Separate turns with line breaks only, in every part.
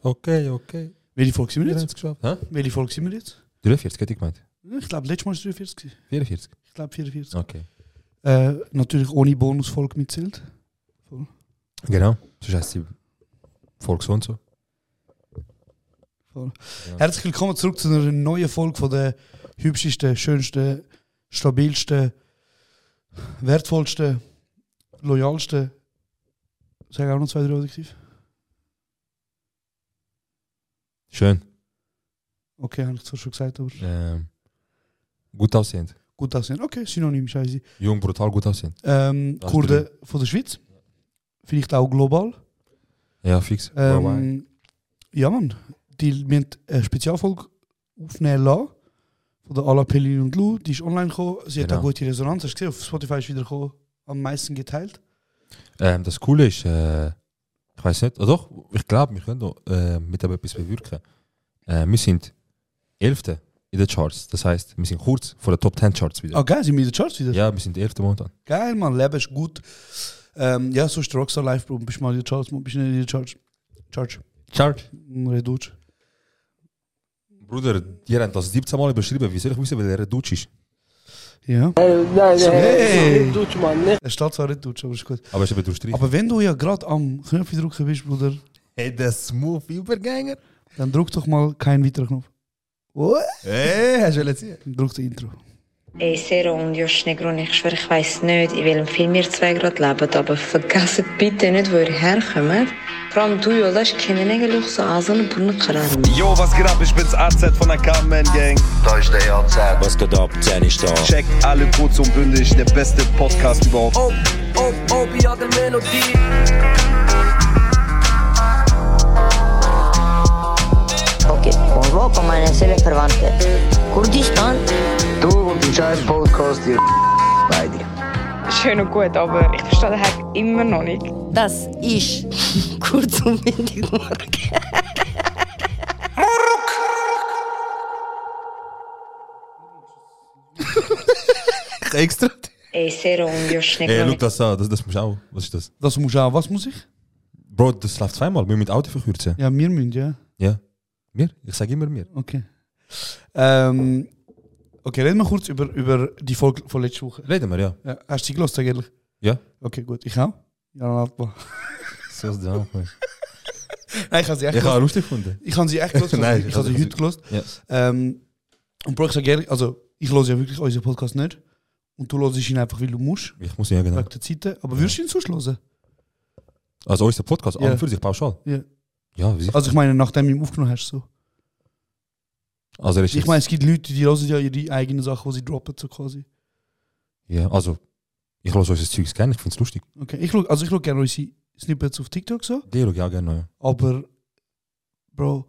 Okay, okay.
Welche Folge sind wir
Wir haben
jetzt?
es geschafft. Hä?
Welche Folge sind wir jetzt?
43, hätte ich gemeint.
Ich glaube, letztes Mal war es 43. gewesen.
44.
Ich glaube 44.
Okay.
Äh, natürlich ohne Bonusfolge mitzählt.
Genau. Sonst heisst sie Folge so und so. Ja.
Herzlich willkommen zurück zu einer neuen Folge von der hübschesten, schönsten, stabilsten, wertvollsten, loyalsten. Sag auch noch zwei, drei Adjektive.
Schön.
Okay, habe ich zwar schon gesagt, aber
Ähm, gut aussehend.
gut aussehen. Okay, Synonym, scheiße.
Jung, brutal gut aussehend.
Ähm,
Das
Kurden von der Schweiz. Vielleicht auch global.
Ja, fix. Worldwide.
Ähm, ja, Mann. Die, wir haben eine Spezialfolge aufnehmen lassen. Von der Ala Pellin und Lou. Die ist online gekommen. Sie hat
Genau.
auch gute Resonanz. Hast du gesehen, auf Spotify ist wieder gekommen. Am meisten geteilt.
Ähm, das Coole ist, äh, ich weiß nicht, oh doch, ich glaube, wir können noch, äh, mit dem etwas bewirken. Äh, wir sind Elfte in den Charts. Das heißt, wir sind kurz vor der Top 10 Charts wieder.
Ah, geil, sind wir in den Charts wieder.
Ja, wir sind der elfte momentan.
Geil, Mann. Leben ist gut. Ähm, ja, so ist der Rockstar Live, Bro. Bist du mal in den Charts, Mann. Bist du nicht in den Charts? Charts.
Chart.
Red Deutsch.
Bruder, die haben das 17 Mal beschrieben. Wie soll ich wissen, wer der Dutsch ist?
Ja.
Nein,
Hey.
nein, nicht Deutsch, Mann, nicht.
Er steht zwar Red Deutsch, aber ist gut.
Aber ich habe durchstrichen.
Aber wenn du ja gerade am Knöpfchen drücken bist, Bruder,
hey, der Smooth Übergänger.
dann drück doch mal keinen weiteren Knopf.
Hey, hast du gesehen?
Drück das Intro.
Ey, Sero und Josh Negrun, ich schwöre, ich weiss nicht, in welchem Film ihr zwei gerade lebt, aber vergesst bitte nicht, wo ihr herkommt. Vor allem du, Jolas, kennen eigentlich so Asen und Brunnen Karan.
Yo, was geht ab? Ich bin's AZ von der Carmen Gang.
Da ist der AZ.
Was geht ab? Zehn ist da.
Checkt alle kurz und bündig, der beste Podcast überhaupt.
Oh, oh, oh, wie an der Melodie.
Ok, Congo con Manecele Fervante. Kurdistan,
Du und die scheiß Podcast, ihr beide.
schön und gut, aber ich verstehe den Hack immer noch nicht.
das ist kurz und windig morgen.
Extra.
Ey, Sero und Josh
Hey, schau
Negrun,
das an. Das, das muss auch. Was ist das?
Das muss auch. Was muss ich?
Bro, das läuft zweimal. Wir müssen Auto verkürzen.
Ja, wir müssen, ja.
Ja. Mir? Ich sage immer mir.
Okay. Ähm, okay, reden wir kurz über, über die Folge von letzter Woche.
Reden wir, ja.
Ja, hast du die gelost eigentlich?
Ja.
Okay, gut. Ich auch? Ja, dann halt mal.
So ist das auch. Ich
Nein, ich habe sie echt
habe
gelost.
auch lustig gefunden.
Ich habe sie echt gelost.
Nein,
ich habe sie heute gelost.
Ja.
Ähm, und Bro, ich sage ehrlich, also ich höre ja wirklich unseren Podcast nicht. Und du hörst ihn einfach, weil du musst,
Ich muss ja genau.
wegen der Zeiten. Aber würdest du ihn sonst hören?
Also unser Podcast
Ja.
an und für sich pauschal.
Ja.
Ja, wie sicher.
Also ich meine, nachdem du ihn aufgenommen hast, so.
Also er ist
Ich
jetzt-
meine, es gibt Leute, die hören ja ihre eigenen Sachen, die sie droppen, so quasi.
Ja, also ich lasse unser Zeugs gerne, ich finde es lustig.
Okay, ich schaue, also ich schaue gerne unsere Snippets auf TikTok so.
Die schaue ich auch gerne. Ja.
Aber, Bro,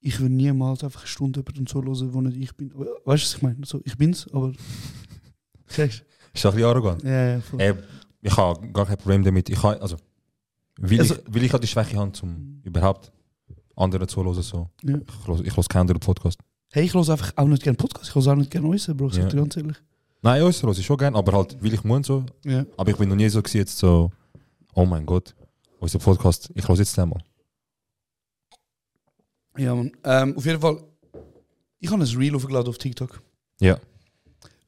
ich will niemals einfach eine Stunde über den so hören, wo nicht ich bin. We- Weißt du, was ich meine? So, ich bin's, aber. Sagst
Ist doch ein bisschen arrogant.
Ja, ja, voll.
Äh, ich habe gar kein Problem damit. Ich habe, also, weil,
Also-
ich, weil ich auch die Schwäche habe, um überhaupt anderen zu hören. So.
Ja.
Ich höre ich los keinen anderen Podcast.
Hey, ich höre einfach auch nicht gerne Podcasts, ich höre auch nicht gerne äußern, Bro, ich sag
Ja.
dir ganz ehrlich.
Nein, uns höre ich schon gerne, aber halt, weil ich muss so.
Ja.
Aber ich bin noch nie so gewesen, jetzt so, oh mein Gott, unser Podcast, ich höre jetzt den mal.
Ja, Mann. Ähm, auf jeden Fall, ich habe ein Reel aufgeladen auf TikTok.
Ja.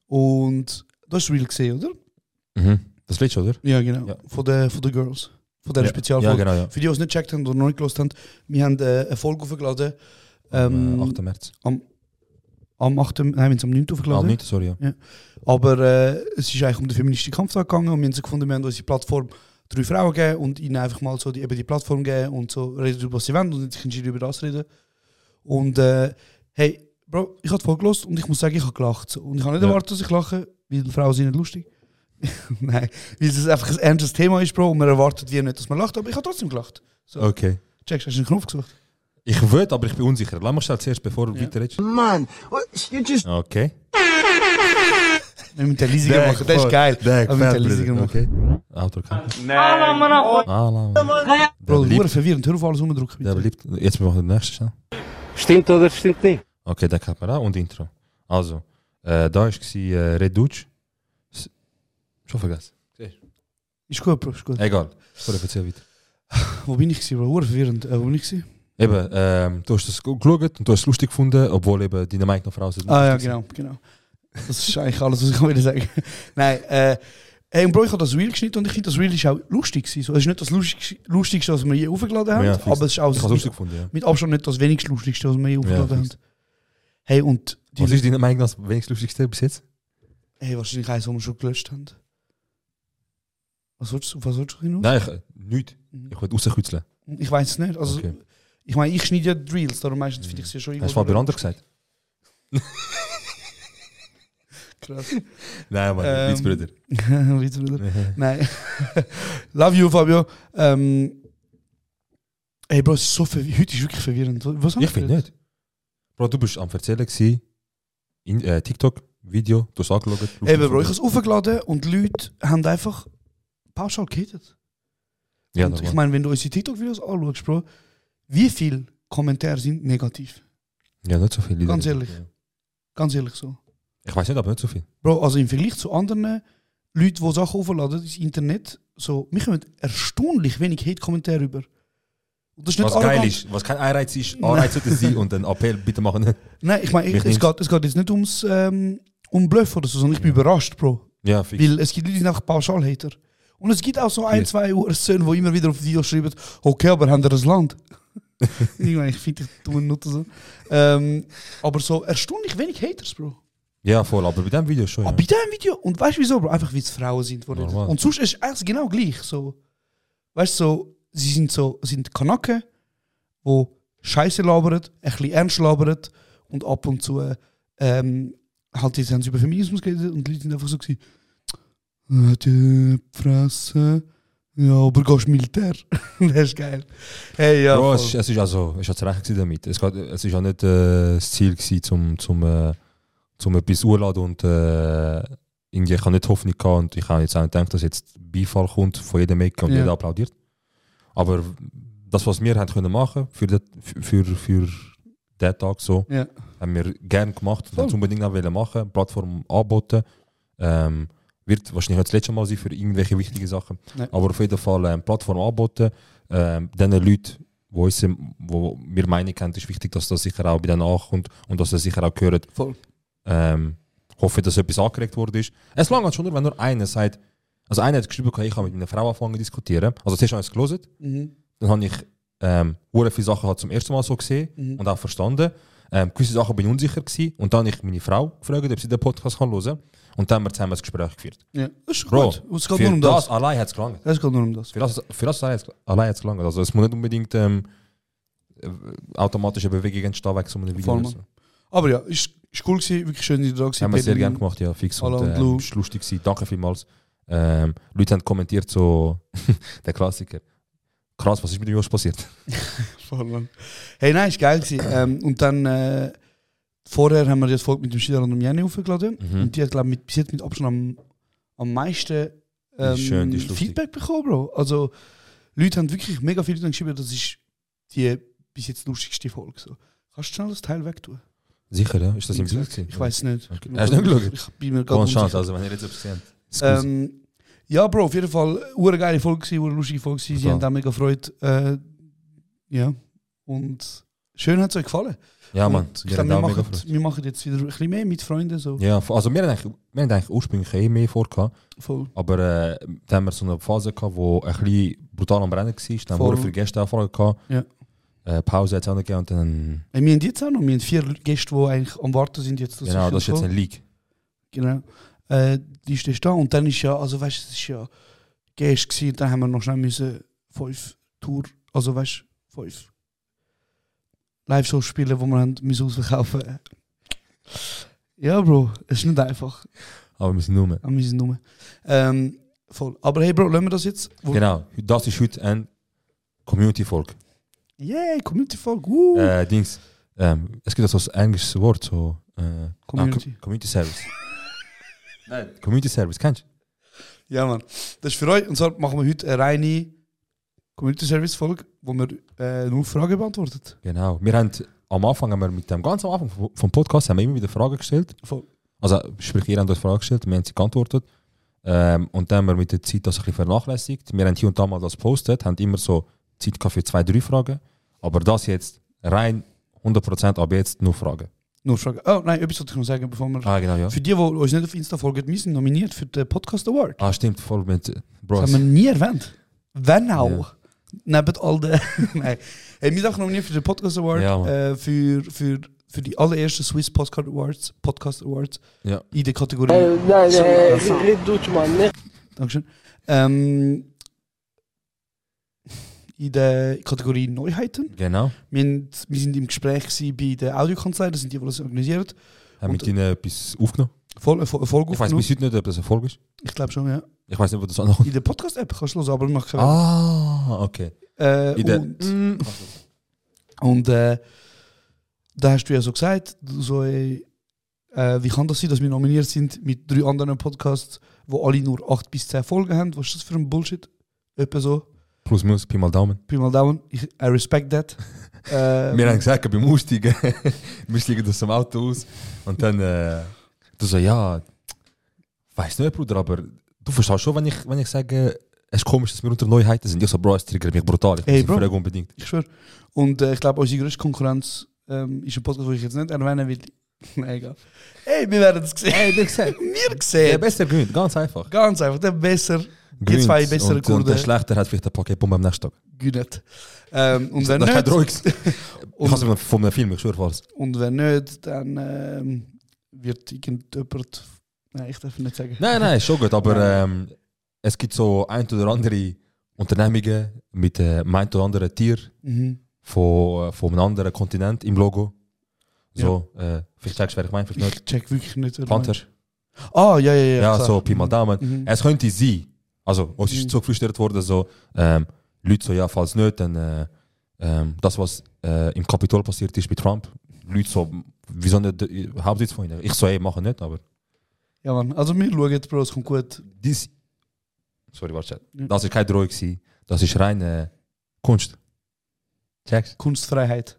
Und du hast das Reel gesehen, oder?
Mhm. Das letzte, oder?
Ja, genau.
Ja.
Von den von der Girls. Von der
ja.
Spezialfolge.
Ja, genau, ja.
Für die, die es nicht gecheckt haben oder noch nicht gelost haben, wir haben äh, eine Folge aufgeladen.
Am,
Ähm,
äh, 8. März.
am 8. Nein, wir haben es am 9.
Ah,
aufgeladen.
nicht, sorry, ja.
Aber äh, es ist eigentlich um den feministischen Kampftag gegangen und wir haben so gefunden, wir haben unsere Plattform drei Frauen gegeben und ihnen einfach mal so die, eben die Plattform gegeben und so reden darüber, was sie wollen und jetzt können sie über das reden. Und äh, hey, Bro, ich habe voll gelost und ich muss sagen, ich habe gelacht. So. Und ich habe nicht
Ja.
erwartet, dass ich lache, weil Frauen sind nicht lustig. Nein, weil es einfach ein ernstes Thema ist, Bro, und man erwartet wie nicht, dass man lacht, aber ich habe trotzdem gelacht. So.
Okay.
Checkst, hast du einen Knopf gesucht?
Ich würde, aber ich bin unsicher. Lass mich schnell zuerst, bevor du
Ja.
weiter redest.
Mann, what, you just
Okay.
Wir müssen den leisiger machen, das ist geil.
Deck,
Aber wir müssen den leisiger machen.
okay. Auto kann. Alarm.
Bro,
Der
du
beliebt.
verwirrend, hör auf alles unter Druck.
Der
bitte.
beliebt. Jetzt machen wir den nächsten schnell.
Stimmt oder stimmt nicht?
Okay, den kennt man auch und Intro. Also, äh, da war äh, Reduc. Schon vergessen.
Ist gut, Bro, ist gut.
Egal. Sorry, erzähl weiter.
Wo bin ich gewesen, Bro? Hure verwirrend. Äh, wo bin ich gewesen?
Eben, ähm, du hast es gu- geschaut und du hast es lustig gefunden, obwohl eben deine Meinung noch voraus ist.
Ah ja, genau, genau. Das ist eigentlich alles, was ich wieder sagen kann. Nein, äh, hey, und Bro, ich habe das Reel geschnitten und ich finde, das Reel ist auch lustig gewesen. So, es ist nicht das lustig, Lustigste, was wir je aufgeladen haben,
Ja, fix.
aber es ist auch
Ich habe es lustig
mit,
gefunden, ja.
mit Abstand nicht das wenigst Lustigste, was wir je aufgeladen haben.
fix.
Hey, und die
Was ist deine Meinung nach das wenigst lustigste bis jetzt?
Hey, wahrscheinlich eins, was wir schon gelöscht haben. Was willst du, auf was willst du hinaus?
Nein, ich, äh, nicht.
Mhm.
Ich will rauskützeln.
Ich weiß es nicht. Also,
Okay.
Ich meine, ich schneide ja die Reels, darum meistens finde ich es ja schon
Hast du Fabian Ander gesagt?
Krass.
Nein, Mann,
Ähm,
Witzbrüder.
Witz, Bruder. Nein. Love you, Fabio. Ähm, ey, Bro, es ist so verwirrend. Heute ist wirklich verwirrend. Was haben
Ich
wir
finde
geredet?
nicht. Bro, du bist am Erzählen gewesen, in äh, TikTok-Video, du hast angeschaut. lustig
Eben, Bro, ich habe
gefunden.
es aufgeladen und die Leute haben einfach pauschal gehatet.
Ja,
und ich
normal.
meine, wenn du unsere TikTok-Videos anschaust, Bro, wie viele Kommentare sind negativ?
Ja, nicht so viel.
Ganz ehrlich. Ganz ehrlich so.
Ich weiß nicht, aber nicht so viel.
Bro, also im Vergleich zu anderen Leuten, die Sachen aufladen ins Internet, so, wir kommen erstaunlich wenig Hate-Kommentare über. Und das ist nicht
Was geil
arrogant.
ist, was kein Anreiz ist, Anreiz sollte sein und ein Appell bitte machen.
Nein, ich meine,
Mich
ich- es
nicht.
geht, es geht jetzt nicht ums ähm, um Bluff oder so, sondern ich bin überrascht, Bro.
Ja, fix.
Weil es gibt Leute, die sind einfach Pauschalhater. Und es gibt auch so ein,
Ja.
zwei Söhne, die immer wieder auf die Videos schreiben, okay, aber haben wir ein Land? ich meine, ich finde dich dumme Nutte so. Ähm, aber so erstaunlich wenig Haters, Bro.
Ja, voll, aber bei diesem Video schon.
Aber
Ja.
bei diesem Video, und weißt du wieso, Bro? Einfach weil es Frauen sind. die reden.
Normal.
Und sonst ist es eigentlich genau gleich. So. Weißt du, so, sie sind so sind Kanaken, die Scheiße labern, ein bisschen ernst labern und ab und zu ähm, halt jetzt haben sie über Feminismus geredet und die Leute sind einfach so gewesen, «Ah, die Fresse, ja, aber gehst Militär. das ist geil. Hey, ja.
Bro,
voll.
es, ist- es ist also, ich hatte recht gewesen damit. Es, geht, es ist auch nicht äh, das Ziel gewesen, zum, zum, äh, zum etwas urladen und äh, irgendwie, ich habe nicht Hoffnung gehabt und ich habe jetzt auch nicht gedacht, dass jetzt Beifall kommt von jedem Make und
Ja.
jeder applaudiert. Aber das, was wir haben können machen für den, für, für den Tag so,
Ja.
haben wir gern gemacht und
Voll.
haben es unbedingt auch wollen machen, Plattform angeboten. Ähm, wird wahrscheinlich das letzte Mal sein für irgendwelche wichtigen Sachen.
Nein.
Aber auf jeden Fall ähm, Plattform angeboten. Ähm, den Leuten, wo, uns, wo wir Meinung haben, ist wichtig, dass das sicher auch bei denen ankommt und dass das sicher auch gehört.
Voll.
Ähm, hoffe, dass etwas angeregt worden ist. Es langt schon nur, wenn nur einer sagt, also einer hat geschrieben, ich habe mit meiner Frau angefangen zu diskutieren. Also zuerst habe ich es gelesen,
Mhm.
dann habe ich ähm, hure viele Sachen halt zum ersten Mal so gesehen
Mhm.
und auch verstanden. Ähm, gewisse Sachen bin ich unsicher gewesen. und dann habe ich meine Frau gefragt, ob sie den Podcast kann hören und dann haben wir zusammen ein Gespräch geführt.
ja. Das ist
Bro,
gut. Es geht
für
nur um
das
das.
allein hat es gelangt.
Es geht nur um das.
Für das, für das allein jetzt- allein jetzt gelangt. Also es muss nicht unbedingt ähm, äh, automatische Bewegung entstehen wegen so einem Video.
Voll,
oder
Mann.
so.
Aber ja, ist, ist cool gewesen, wirklich schön, dass ihr da gewesen
Haben wir sehr
Pedro.
gerne gemacht, ja, fix.
Hallo
und
und
ähm,
Lou.
ist lustig gewesen. Danke vielmals. Ähm, Leute haben kommentiert so, der Klassiker. Krass, was ist mit dem Josh passiert?
Voll, Mann. Hey, nein, ist geil gewesen. ähm, und dann äh, vorher haben wir das Volk mit dem Schieder und dem Jenny aufgeladen.
Mhm.
Und die hat, glaube ich, mit- bis jetzt mit Abstand am, am meisten ähm,
ist schön, die ist lustig.
Feedback bekommen, Bro. Also, Leute haben wirklich mega viele Leute haben geschrieben, das ist die bis jetzt lustigste Folge. So. Kannst du schnell das Teil wegtun?
Sicher, ja? Ist das im Bild gewesen?
Ich weiß nicht.
Okay. Hast du nicht geschaut?
Ich bin mir
Go
gar
on,
nicht
Chance, also wenn ihr jetzt etwas seht. Excuse.
Ähm, ja, Bro, auf jeden Fall. Eine geile Folge, gewesen, eine lustige Folge. gewesen. Sie
Total.
haben auch mega Freude. Äh, ja. Und schön hat es euch gefallen.
ja, Mann.
Und ich
Wir
glaube,
haben
wir,
auch mega
machen,
Freude.
wir machen jetzt wieder ein bisschen mehr mit Freunden. So.
Ja, vo- also wir haben eigentlich, wir haben eigentlich ursprünglich eh mehr vorgehabt.
Voll.
Aber äh, da haben wir so eine Phase gehabt, die ein bisschen brutal am Brennen war. Dann
Voll.
haben wir viele Gäste anfragen gehabt.
Ja.
Äh, Pause hat es auch nicht gegeben und dann.
Äh, Wir haben jetzt auch noch wir haben vier Gäste, die eigentlich am Warten sind. Jetzt, dass sie
genau,
können
das ist jetzt ein
kommen.
Leak.
Genau. Äh, die ist jetzt da. Und dann ist ja, also weißt du, es ist ja Gäste gewesen. Dann haben wir noch schnell müssen fünf Tour, also weißt du, fünf Live-Shows spielen, die wir haben müssen ausverkaufen Ja, Bro, es ist nicht einfach.
Aber wir sind nur.
An müssen Nummer. Ähm, voll. Aber hey, Bro, lassen wir das jetzt. Wo-
Genau, das ist heute ein Community-Volk.
Yay, Community-Folge. Uh.
Äh, Dings, ähm, es gibt also ein englisches Wort, so. Äh,
Community.
Ah, Co- Community Service. Nein. Community Service, kennst du?
Ja, Mann. Das ist für euch. Und zwar machen wir heute eine reine Community-Service-Folge, wo wir äh, nur Fragen beantwortet.
Genau. Wir haben am Anfang, haben wir mit dem ganz am Anfang vom- vom Podcast, haben wir immer wieder Fragen gestellt.
Voll.
Also, sprich, ihr habt euch Fragen gestellt, wir haben sie geantwortet. Ähm, und dann haben wir mit der Zeit das ein bisschen vernachlässigt. Wir haben hier und da mal das gepostet, haben immer so Zeit gehabt für zwei, drei Fragen. Aber das jetzt rein 100% ab jetzt nur Fragen.
Nur Frage. Oh nein, etwas wollte ich noch sagen, bevor wir.
Ah, genau, ja.
Für die, die uns nicht auf Insta folgen, wir sind nominiert für den Podcast Award.
Ah, stimmt, voll mit äh,
Das
Bros.
haben wir nie erwähnt. Wenn auch. Neben all den. nein. Hey, wir sind auch nominiert für den Podcast Award.
Ja, Mann.
äh, für, für, für die allerersten Swiss Podcast Awards, Podcast Awards
Ja.
in der
Ee,
Kategorie.
Nein, nein, nicht Deutsch, Mann, nicht.
Dankeschön. Ähm, in der Kategorie Neuheiten.
Genau.
Wir, haben, wir sind im Gespräch gewesen bei der Audiokanzlei, das sind die, die das organisieren.
Haben
Und-
mit ihnen etwas aufgenommen.
Voll, äh, voll, voll gut
Ich weiß
genug.
bis heute nicht, ob das Erfolg ist.
Ich glaube schon, ja.
Ich weiß nicht, wo das ankommt.
In der Podcast-App kannst du hören, aber mach keine
Ah, Mm. okay.
Äh,
In der-
und und äh, da hast du ja so gesagt, so, äh, äh, wie kann das sein, dass wir nominiert sind mit drei anderen Podcasts, wo alle nur 8 bis 10 Folgen haben? Was ist das für ein Bullshit? Etwa so.
Plus, minus, Pi mal Daumen.
Pi mal Daumen. Ich, I respect that. äh,
Wir haben gesagt, beim Aussteigen, wir steigen aus dem Auto aus. Und dann, äh, du so, ja, nou, weiß nicht, Bruder, aber du verstehst schon, wenn ich, wenn ich sage, es ist eh, komisch, dass wir unter Neuheiten sind. Ich so, Bro, es triggert mich brutal. Ich
Ey,
muss
Bro.
fragen unbedingt.
Ich schwöre. Und äh, ich glaube, unsere größte Konkurrenz ähm, ist ein Podcast, den ich jetzt nicht erwähnen will. Nein, egal. Hey, wir werden es sehen. Hey, wir sehen. wir
Der
sehen.
Beste gewinnt, ganz einfach.
Ganz einfach, der besser
Gewinnt.
zwei bessere
und, und der
Kurden.
Schlechter hat vielleicht ein Pokémon am nächsten Tag.
gönnt. Ähm, und, wenn
Das ist
nicht,
ruhig. Ich habe es von einem Film, ich schwöre was.
und wenn nicht, dann ähm, wird irgendjemand. Nein, ich darf nicht sagen.
Nein, nein, ist schon gut, aber ähm, es gibt so ein oder andere Unternehmungen mit äh, einem oder anderen Tier
Mhm.
von, äh, von einem anderen Kontinent im Logo. So, äh, vielleicht sagst du, wer ich meine, vielleicht nicht.
Ich check wirklich nicht. wer du
Panther.
meinst. Ah, ja, ja, ja.
Ja,
klar.
so Pi mal Daumen.
Mhm.
Es könnte sein, also uns ist
Mhm.
so geflüstert worden, so ähm, Leute so, ja, falls nicht, dann äh, ähm, das, was äh, im Kapitol passiert ist bei Trump, Leute so, wieso nicht der Hauptsitz von ihnen? Ich so, ey, machen nicht, aber
Ja, Mann. Also, wir schauen jetzt, Bro, es kommt gut.
dies, sorry, warte,
Ja.
das ist keine Drohung, gewesen, das ist reine eh, Kunst. Checkst?
Kunstfreiheit.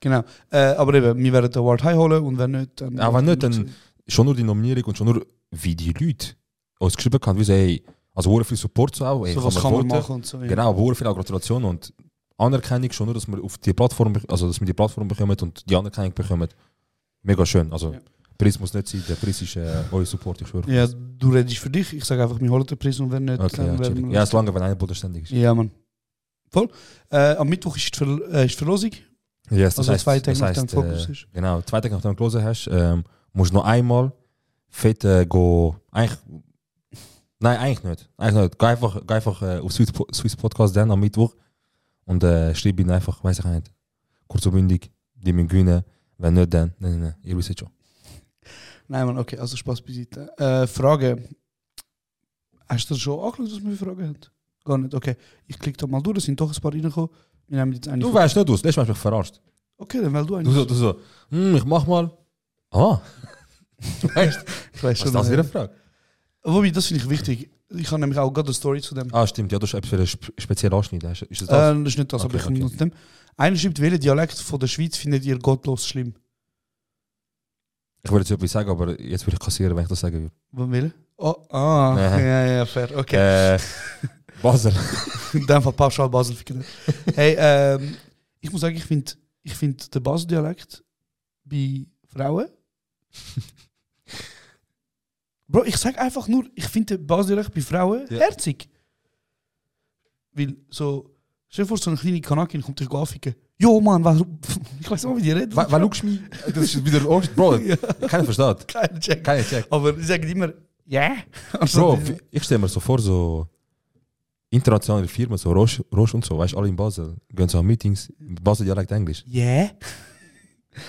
Genau. Äh, aber eben, wir werden den Award heimholen und wenn nicht, dann.
Ja, wenn nicht, dann- Schon nur die Nominierung und schon nur, wie die Leute uns geschrieben haben, wie sie, ey, also wurde viel Support so auch, ey,
So was kann man
voten.
machen und so. Ja.
Genau, aber viel auch Gratulation und Anerkennung schon nur, dass wir auf die Plattform, bek- also dass wir die Plattform bekommen und die Anerkennung bekommen. Mega schön. Also
Ja.
Preis muss nicht sein, der Preis ist äh, euer Support, ich schwöre.
Ja, du redest für dich. Ich sage einfach, wir holen den Preis und wenn nicht,
Okay, ja,
dann
chillig.
werden wir.
ja, solange wenn einer bodenständig ist.
ja Mann. Voll. Äh, am Mittwoch ist die, Verl äh, ist die Verlosung.
Yes,
Also zwei Tage nach dem Fokus
äh,
ist.
Genau, zwei Tage nachdem du gelesen hast, ähm, musst du noch einmal fett äh, go, eigentlich, nein, eigentlich nicht. Eigentlich nicht. Geh einfach, geh einfach äh, auf Swiss, Po- Swiss Podcast dann am Mittwoch und äh, schreib ihnen einfach, weiß ich nicht, kurz und bündig, die müssen gewinnen. Wenn nicht, dann, nein, nein, nein, ihr wisst es schon.
Nein, Mann, okay, also Spaß beiseite. Äh, Frage. Hast du dir schon angeschaut, was wir für Fragen haben? Gar nicht, okay. Ich klicke da mal durch, es sind doch ein paar reingekommen. Wir nehmen jetzt eine.
Du
vor-
weißt nicht aus, letztes Mal hast du mich verarscht.
okay, dann wähl du eine.
Du so, du so, hm, ich mach mal. Ah. weißt du,
ich weiß
was ist das
äh,
wieder eine Frage?
Wobei, das finde ich wichtig. Ich habe nämlich auch gerade eine Story zu dem.
Ah, stimmt, ja, du hast etwas für einen sp- speziellen Anschnitt. hast du- Ist das das?
Äh, das ist nicht das,
Okay,
aber ich
okay.
komme zu dem. Einer schreibt, welchen Dialekt von der Schweiz findet ihr gottlos schlimm?
Ich würde jetzt etwas sagen, aber jetzt würde ich kassieren, wenn ich das sagen würde.
Von welchen? Oh, ah,
Aha.
ja, ja, fair, okay.
Äh,
Eh,
Basel.
In dem Fall pauschal Basel ficken. Hey, ähm, ich muss sagen, ich finde ich find den Basel-Dialekt bei Frauen. Bro, ich sag einfach nur, ich finde den Basel-Dialekt bei Frauen
Ja.
herzig. Weil so, stell dir vor, so eine kleine Kanakin kommt dich anficken. Jo, Mann, was, ich weiß nicht, wie die reden.
Wa- wa schaust du mich? Das ist wieder Ost. Bro,
Ja.
keiner versteht.
Kein Check.
Keiner checkt.
Aber sie sagen immer, ja.
Bro, wie- ich stelle mir so vor, so internationale Firmen, so Roche, Roche und so, weißt du, alle in Basel, gehen so an Meetings, Basel-Dialekt Englisch.
Ja.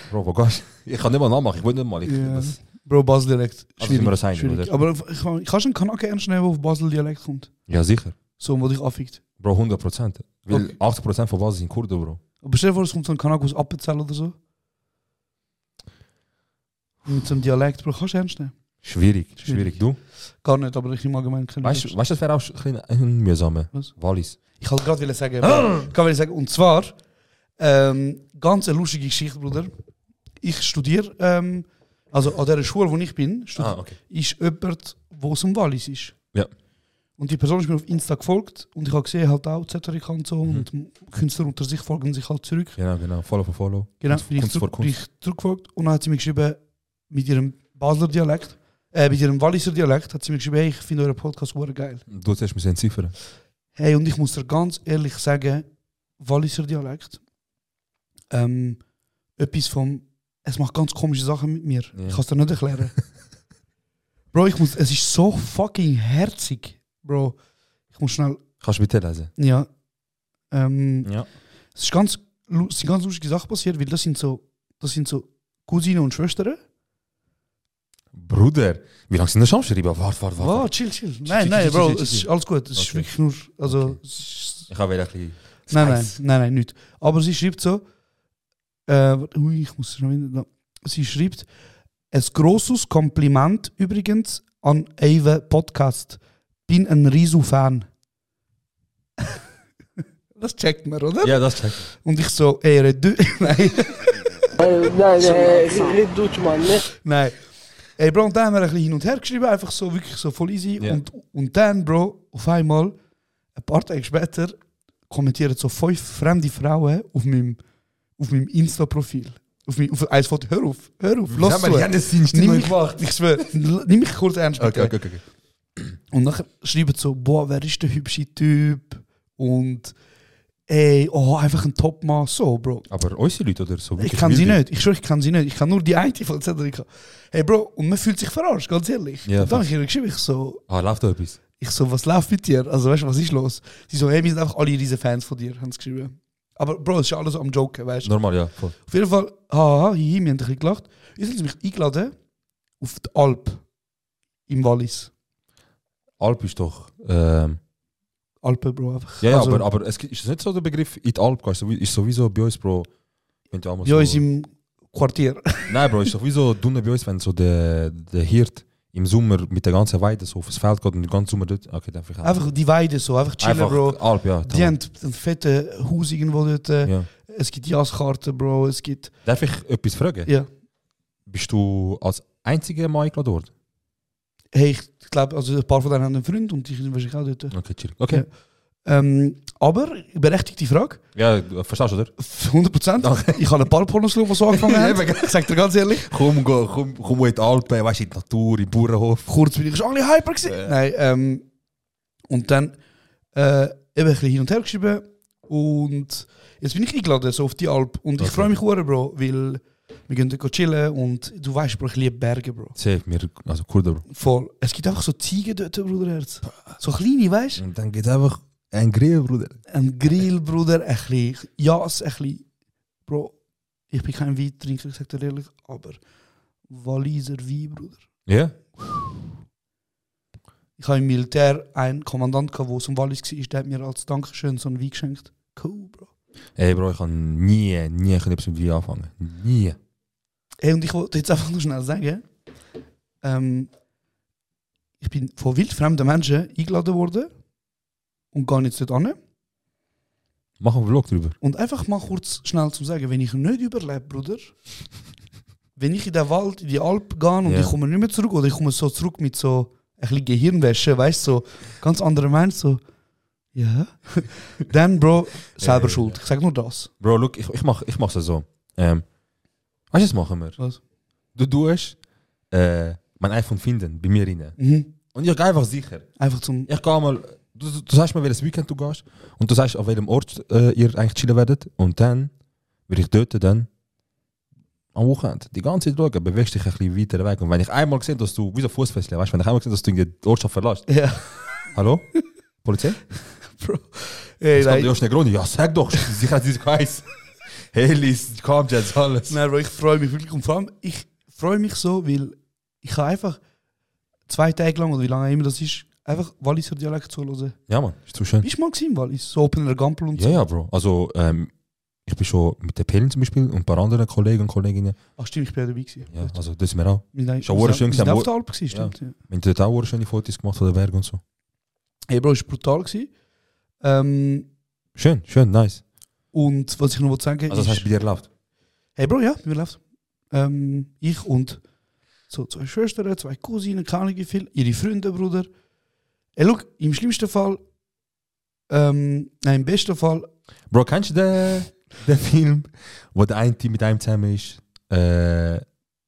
Bro, wo gehst du? Ich kann nicht mal nachmachen, ich will nicht mal. Ich,
Ja.
das,
Bro, Basel-Dialekt.
Also sind wir das einig,
schwierig.
oder?
Aber ich, kannst du einen Kanaken ernst nehmen, der auf Basel-Dialekt kommt?
ja, sicher.
So, wo dich anfickt.
Bro, 100 Prozent. Weil
Okay.
80 Prozent von Basel sind Kurden, Bro.
Aber stell dir vor, es kommt so ein Kanake aus Appenzell oder so. Mit so einem Dialekt, Bro, kannst du ernst nehmen?
Schwierig, schwierig.
Schwierig.
Du,
Gar nicht, aber ich nehme allgemein keine
weißt du,
Lust.
weißt, du, das wäre auch ein kleiner- ein mühsamer.
Was?
Wallis.
Ich wollte gerade wollen sagen, Bro, ich wollte sagen, und zwar, ähm, ganz eine lustige Geschichte, Bruder. Ich studiere, ähm, also an der Schule, wo ich bin, studi-
Ah, okay.
um ist jemand, der aus dem Wallis ist.
Ja.
Und die Person ist mir auf Insta gefolgt und ich habe gesehen, halt auch Zetterik und so
Mhm.
und Künstler unter sich folgen sich halt zurück.
Genau, genau. nou, Follow for follow.
Genau,
Kunst-
bin ich,
Kunst vor
zurück, bin
Kunst.
ich zurückgefolgt und dann hat sie mir geschrieben, mit ihrem Basler Dialekt, äh, mit ihrem Walliser Dialekt, hat sie mir geschrieben, hey, ich finde euren Podcast super geil.
Du hast erst müssen entziffern.
Hey, und ich muss dir ganz ehrlich sagen, Walliser Dialekt, ähm, etwas vom, es macht ganz komische Sachen mit mir.
Ja.
Ich kann es dir nicht erklären. Bro, ich muss, es ist so fucking herzig, Bro. Ich muss schnell,
Kannst du bitte lesen?
ja, ähm,
Ja.
es ist ganz, lu- es sind ganz lustige Sachen passiert, weil das sind so, das sind so Cousine und Schwestern.
Bruder, wie lange sind das schon schreiben? Warte, warte, warte.
Oh, chill, chill. Nein, nein,
chill,
Bro,
chill, chill,
es ist
chill.
alles gut. Es ist
Okay.
wirklich nur, also,
Okay.
es ist,
Ich habe wieder ein bisschen.
Nein, nein,
Spice.
nein, nein, nicht. Aber sie schreibt so, äh, ui, ich muss schon wieder, da. sie schreibt, ein grosses Kompliment übrigens an Eva Podcast. Bin ein Risu-Fan. das checkt man, oder?
Ja, das checkt.
Und ich so, Ehre, du, nein,
Nein, nein, nicht Dutschmann, ee, ne?
nein. Ey, Bro, und dann haben wir ein bisschen hin und her geschrieben, einfach so, wirklich so voll easy.
Ja.
Und, und dann, Bro, auf einmal, ein paar Tage später, kommentieren so fünf fremde Frauen auf meinem, auf meinem Insta-Profil. Auf mein, auf eins Foto, hör auf, hör auf, lass zu. Nimm mich wacht, ich schwöre. Nimm mich kurz ernst, bitte.
Okay, okay, okay.
Und nachher schreiben so, boah, wer ist der hübsche Typ? Und, ey, oh, einfach ein Topmann, so, Bro.
Aber unsere Leute oder so?
Ich
wirklich
kann sie
wilde?
nicht. Ich schwöre, ich kann sie nicht. Ich kann nur die eine von Cedric. Hey Bro, und man fühlt sich verarscht, ganz ehrlich.
Ja,
und dann
fuck.
habe ich ihr geschrieben, ich so,
Ah, läuft da etwas?
ich so, was läuft mit dir? Also weißt du, was ist los? Sie so, hey, wir sind einfach alle riesen Fans von dir, haben sie geschrieben. Aber Bro, es ist ja alles am Joken, weißt du.
Normal, ja. Voll.
Auf jeden Fall, haha, hihi, wir haben ein bisschen gelacht. Jetzt haben sie mich eingeladen auf die Alp im Wallis.
Alp ist doch. Ähm,
Alpen, Bro, einfach.
ja, ja
Also,
aber, aber es gibt- ist nicht so der Begriff in die Alp. gehst, sowie- Ist sowieso bei uns, Bro. Wenn du einmal
ja,
so-
ist im Quartier.
Nein, Bro, ist doch wie so dunne bei uns, wenn so der, der Hirt im Sommer mit der ganzen Weide so aufs Feld geht und den ganzen Sommer dort. Okay, dann vielleicht.
einfach die Weide so, einfach chillen,
Einfach
Bro.
Alp, ja.
Die haben einen fetten Haus irgendwo dort. äh,
ja.
Es gibt Jaskarten, Bro. Es gibt.
Darf ich etwas fragen?
Ja.
Bist du als einziger Mal eingeladen worden?
Hey, ich glaube, also ein paar von denen haben einen Freund und die sind wahrscheinlich auch dort.
Okay, chill. Okay.
Ähm, aber, berechtigte Frage.
Ja, du- verstehst du, oder?
100%. Ich habe ein paar Pornos geschaut, die so angefangen haben. Ich sag dir ganz ehrlich.
Komm, go, komm, komm in die Alpen, weißt du, in die Natur, im Bauernhof.
Kurz bin ich schon ein bisschen hyper gewesen. Nein, ähm, und dann äh, eben ein bisschen hin und her geschrieben. Und jetzt bin ich eingeladen, so auf die Alp. Und ich
Okay.
freue mich sehr, Bro, weil wir gehen dort chillen und du weißt, Bro, ich liebe Berge, Bro.
Safe, mir, also Kurden, Bro.
Voll. Es gibt einfach so Ziegen dort, Bruderherz. So kleine, weißt du?
Und dann geht einfach ein Grill, Bruder.
Een Grill, Bruder, een bisschen Jas, een bisschen Bro, ich bin kein Weintrinker, ich sag dir ehrlich, aber Walliser Wein, Bruder.
Ja?
Ich habe im Militär einen Kommandant, gehabt, der aus dem Wallis war, der hat mir als Dankeschön so einen Wein geschenkt. Cool, Bro.
Ey, Bro, ich kann nie, nie können etwas mit dir anfangen. Nie.
Hey, und ich wollte jetzt einfach nur schnell sagen, ähm, ich bin von wildfremden Menschen eingeladen worden und gehe jetzt dort an.
Mach einen Vlog drüber.
Und einfach mal kurz schnell zu sagen, wenn ich nicht überlebe, Bruder, wenn ich in den Wald, in die Alp gehe und
Ja.
ich komme nicht mehr zurück oder ich komme so zurück mit so ein bisschen Gehirnwäsche, weißt du, so ganz anderer Mensch, so, ja, dann, Bro, selber
ja,
schuld. Ich sag nur das.
Bro, look, ich, ich, mach, ich mach's so. Ähm, weißt du, was machen wir?
Was?
Du tust äh, mein iPhone finden, bei mir rein.
Mhm.
Und ich gehe einfach sicher.
Einfach zum.
Ich gehe mal, du, du- du sagst mir, welches Weekend du gehst und du sagst, auf welchem Ort äh, ihr eigentlich chillen werdet. Und dann werde ich dort dann am Wochenende die ganze Zeit schauen, bewegst dich ein bisschen weiter weg. Und wenn ich einmal sehe, dass du, wie so Fußfessel, weißt du, wenn ich einmal sehe, dass du in die Ortschaft verlässt,
Ja,
hallo? Polizei?
Bro. Ey,
Ich habe
nein,
ja schnell Grund. Ja, sag doch, sicher hat sie es geheißen. Helis, kommt jetzt alles.
nein, Bro, ich freue mich wirklich. Und vor allem, ich freue mich so, weil ich kann einfach zwei Tage lang oder wie lange immer das ist, einfach Walliser Dialekt zuhören.
Ja, Mann, ist zu schön.
Bist du mal gesehen, Wallis? So Open Air Gampel und
Ja,
so.
ja, Bro. Also, ähm, ich bin schon mit der Pelin zum Beispiel und ein paar anderen Kollegen und Kolleginnen.
Ach stimmt, ich bin ja dabei gewesen.
Ja, also, das ist mir auch.
Wir sind-
Schon wunderschön
wir sind
gewesen,
auf
wo-
der Alp gewesen, stimmt. Ja.
Wir haben dort auch schöne Fotos gemacht von den Bergen und so.
Hey Bro, ist brutal gewesen. Ähm,
Schön, schön, nice.
und was ich noch wollte sagen
Also das heißt,
ist,
bei dir läuft.
hey Bro, ja, wie läuft's? Ähm, ich und so zwei Schwestern, zwei Cousinen, keine Ahnung wie viel, ihre Freunde, Bruder. Ey, look, im schlimmsten Fall, ähm, nein, im besten Fall,
Bro, kennst du den, den Film, wo der eine Team mit einem zusammen ist äh,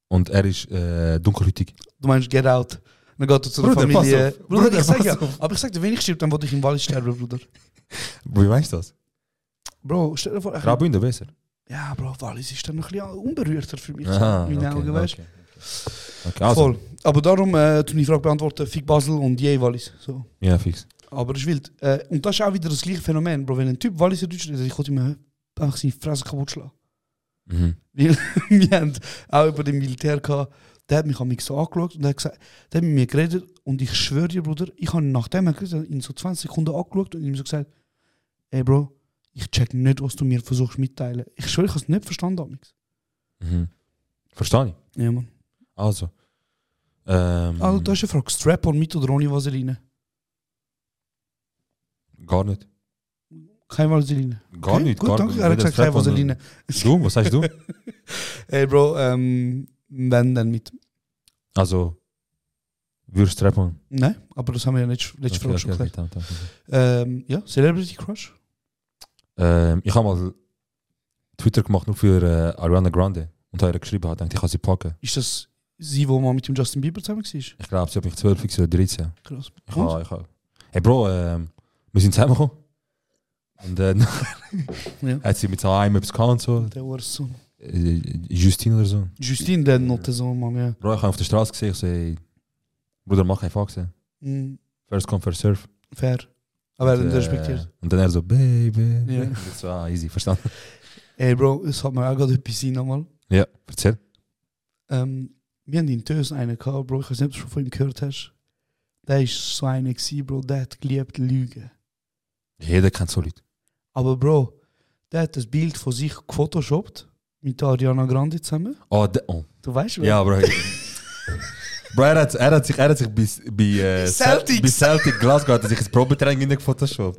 und er ist äh, dunkelhütig?
du meinst Get Out. Dann geht er zu der
Bruder, pass
Familie.
auf.
Bruder,
Bruder,
ich sag
pass
ja,
auf.
aber ich sag dir, wenn ich stirb, dann will ich im Wald sterben, Bruder.
Wie meinst du das?
Bro, stell dir vor, ich,
Graubünden besser.
ja, Bro, Wallis ist dann noch ein bisschen unberührter für mich,
Aha,
so, in meinen
Ah, okay,
Augen, weißt
okay, okay. Okay, also,
Voll. Aber darum, äh, toen die vraag beantworten, Fick Basel und je Wallis. So.
Ja, fix.
Aber das ist wild. Äh, und das ist auch wieder das gleiche Phänomen, Bro. Wenn ein Typ Wallis in Deutschland ist, ich konnte ihm einfach seine Fresse kaputt schlagen.
Mhm.
Weil wir haben auch über den Militär gehabt. Der hat mich am so angeschaut und hat gesagt, der hat mit mir geredet und ich schwöre dir, Bruder, ich habe nachdem er geredet hat, ihn so 20 Sekunden angeschaut und ihm so gesagt, ey Bro, ich check nicht, was du mir versuchst mitteilen. Ich schwöre, ich habe es nicht verstanden damals.
Mhm. Verstehe ich.
Ja, Mann.
Also. Ähm,
Also, das ist eine Frage. Strap-on mit oder ohne Vaseline?
Gar nicht.
Keine Vaseline.
Gar
Okay,
nicht.
Gut,
gar
danke.
nicht.
Er hat gesagt, keine
Weder Strap-on-
Vaseline.
Du, was sagst du?
Ey, Äh, Bro, ähm, wenn dann mit.
Also, würdest du Strap-on?
Nein, ne? aber das haben wir ja nicht, letzte Frage schon gesagt.
danke, danke.
Ähm, ja, Celebrity Crush?
Ähm, ich habe mal Twitter gemacht nur für äh, Ariana Grande und habe ihr geschrieben, hat gedacht, ich kann sie packen.
Ist das sie, die mal mit dem Justin Bieber zusammen war?
Ich glaube, sie hat mich 12 fix oder 13.
Krass.
Ich
Und?
habe, ich habe. Hey Bro, ähm, wir sind zusammengekommen. Und äh,
Ja.
hat sie mit so einem etwas gehabt und so.
Der Ursohn.
Äh, Justine oder so.
Justin, der Notensohn, Mann, ja.
Bro, ich habe auf der Straße gesehen, ich so, ey, Bruder, mach keinen Fax. ey.
Mm,
First come, first serve.
fair. Aber er
Und,
hat ihn
äh,
respektiert.
Und dann er so, Baby.
Ja.
Und ich So, ah, easy, verstanden.
Ey, Bro, es hat mir auch gerade etwas sein nochmal.
ja, erzähl.
Ähm, wir haben in Tös einen gehabt, Bro. Ich weiß nicht, ob du schon von ihm gehört hast. Der ist so einer gewesen, Bro. Der hat geliebt Lügen.
Jeder kennt so Leute.
Aber Bro, der hat das Bild von sich gefotoshoppt. Mit der Ariana Grande zusammen.
Oh, de, oh.
Du weißt,
Ja, bro. bro, er hat, er hat sich, er hat sich bei, bei, äh,
Celtics.
bei Celtic Glasgow hat er sich das Probetraining in Photoshop.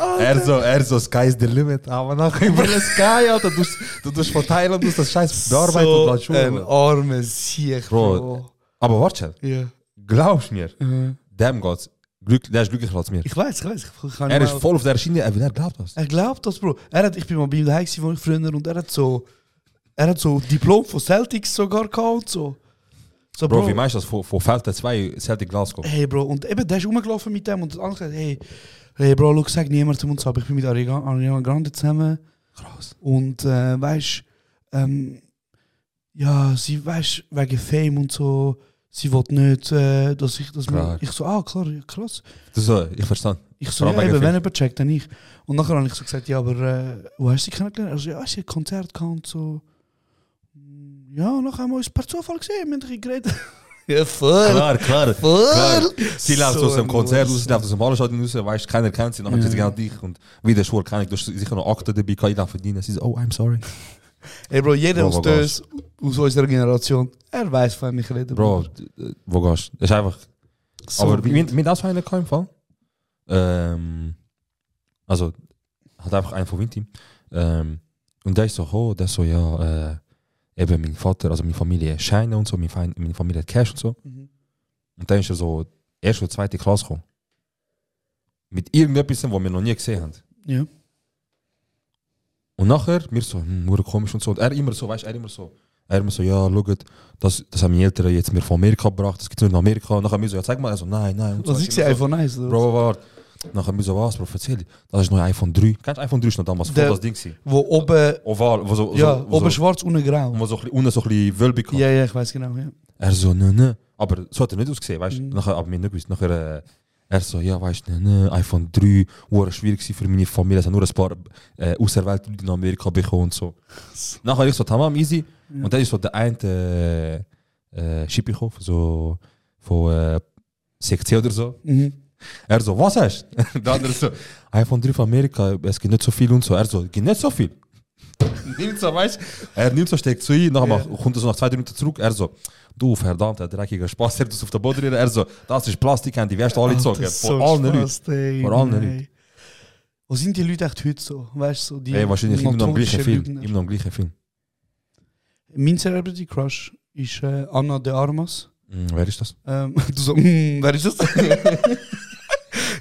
Oh,
Er so, er so, Sky is the limit. Ah, Aber nachher über den Sky, Alter, du, du tust von Thailand, du das scheiß Arbeit und
so
lass
ein
Schuhe.
armer Sieg, Bro.
Bro. Aber warte, schnell.
Ja.
glaubst mir,
Mhm.
dem geht's. Glück, der ist glücklicher als mir.
Ich weiß, ich weiß. Ich kann
Er
nicht
ist
mal-
voll auf der Schiene, er er glaubt das.
Er glaubt das, Bro. Er hat, ich bin mal bei ihm daheim gewesen, wo ich früher und er hat so, er hat so Diplom von Celtics sogar gehabt. und So, so
Bro, wie meinst du das? Von, von Felder 2 Celtic Glasgow.
Hey, Bro. eh, Und eben, der ist rumgelaufen mit dem und der andere sagt, hey, hey, Bro, look, sag niemandem und so, aber ich bin mit Ariana Ariana Grande zusammen
Krass.
und, äh, weißt, ähm, ja, sie, weißt, wegen Fame und so, sie will nicht, äh, dass ich das
Klar.
Ich so, ah, klar, ja, krass.
Du so, ich verstand.
Ich so,
Vooral
ja,
bij
eben,
Griffin.
wenn er checkt, dann ich. Und nachher habe ich so gesagt, ja, aber äh, wo hast du dich kennengelernt? Also, ja, als je Konzert kann und so. Mm, Ja, und nachher haben wir uns per Zufall gesehen, wir haben ein geredet. ja, voll.
Klar, klar.
Voll.
Sie läuft
So
aus dem
ein
Konzert raus,
Wurst.
sie läuft aus dem Hallenstadion raus, weißt du, keiner kennt sie, dann
Ja.
kennt sie genau dich und wie der Schwur kenne ich, du hast sicher noch Akten dabei, kann ich dann verdienen. Sie so, oh, I'm sorry.
Ey, Bro, jeder
Bro,
aus
wat
uns, aus unserer Generation, er weiß, von wem ich rede.
Bro, äh, wo gehst du? Das ist einfach,
so
aber
wild.
mit, mit das war einer kein Fall. Also, Ähm, also, hat einfach einen von Winti. Ähm, und der ist so, oh, der ist so, ja, äh, eben mein Vater, also meine Familie Scheine und so, meine, Fein- meine Familie hat Cash und so.
Mhm.
Und dann ist er so, erste oder zweite Klasse gekommen. Mit irgendetwas, was wir noch nie gesehen haben.
Ja.
Und nachher, mir so, hm, nur komisch und so. Und er immer so, weißt du, er immer so. Er immer so, ja, schaut, das, das haben meine Eltern jetzt mir von Amerika gebracht, das gibt es nur in Amerika. Und nachher mir so, ja, zeig mal, er so, nein, nein. Und
Was
so.
ist die iPhone 1? Oder?
Bro, warte. Nachher mir so, was, Bro, erzähl, das ist nur iPhone 3. Kennst du iPhone 3 ist noch damals, voll
Der-
das Ding war.
Wo oben,
Oval, wo so,
ja,
so, wo
oben
so,
schwarz, unten grau.
wo so, ein bisschen- unten so ein bisschen wölbig
Ja, ja, ich weiß genau, ja.
Er so, ne, ne. Aber so hat er nicht ausgesehen, weißt du?
Mhm.
Nachher aber mir nicht gewusst. Nachher, äh, er so, ja, weißt du, ne, ne, iPhone 3, war schwierig gewesen für meine Familie. Es haben nur ein paar äh, auserwählte Leute in Amerika bekommen und so. Nachher ich so, tamam, easy. Und dann ist so der eine, äh, äh, Schippichhof, so von äh, Sektion oder so.
Mhm.
Er so, was hast du? Der andere so, iPhone 3 von Amerika, es gibt nicht so viel und so. Er so, gibt nicht so viel. nimmt so, weißt du? Er nimmt so, steckt zu ihm, nachher
Ja.
macht- kommt er so nach zwei, drei Minuten zurück. Er so, du verdammter dreckiger Spaß, er tut es auf der Boden rühren. Er so, das ist Plastik, haben die wirst
Ah,
du alle gezogen. Von allen Leuten.
Leuten.
Vor allen Leuten.
Wo sind die Leute echt heute so? Weißt du, so die.
Ey, wahrscheinlich immer noch im gleichen
notorischen ne?
Film.
Lügner.
Immer noch im gleichen Film.
Mein Celebrity Crush ist äh, Anna de Armas.
Hm, wer ist das?
Ähm, du so, mm, wer ist das?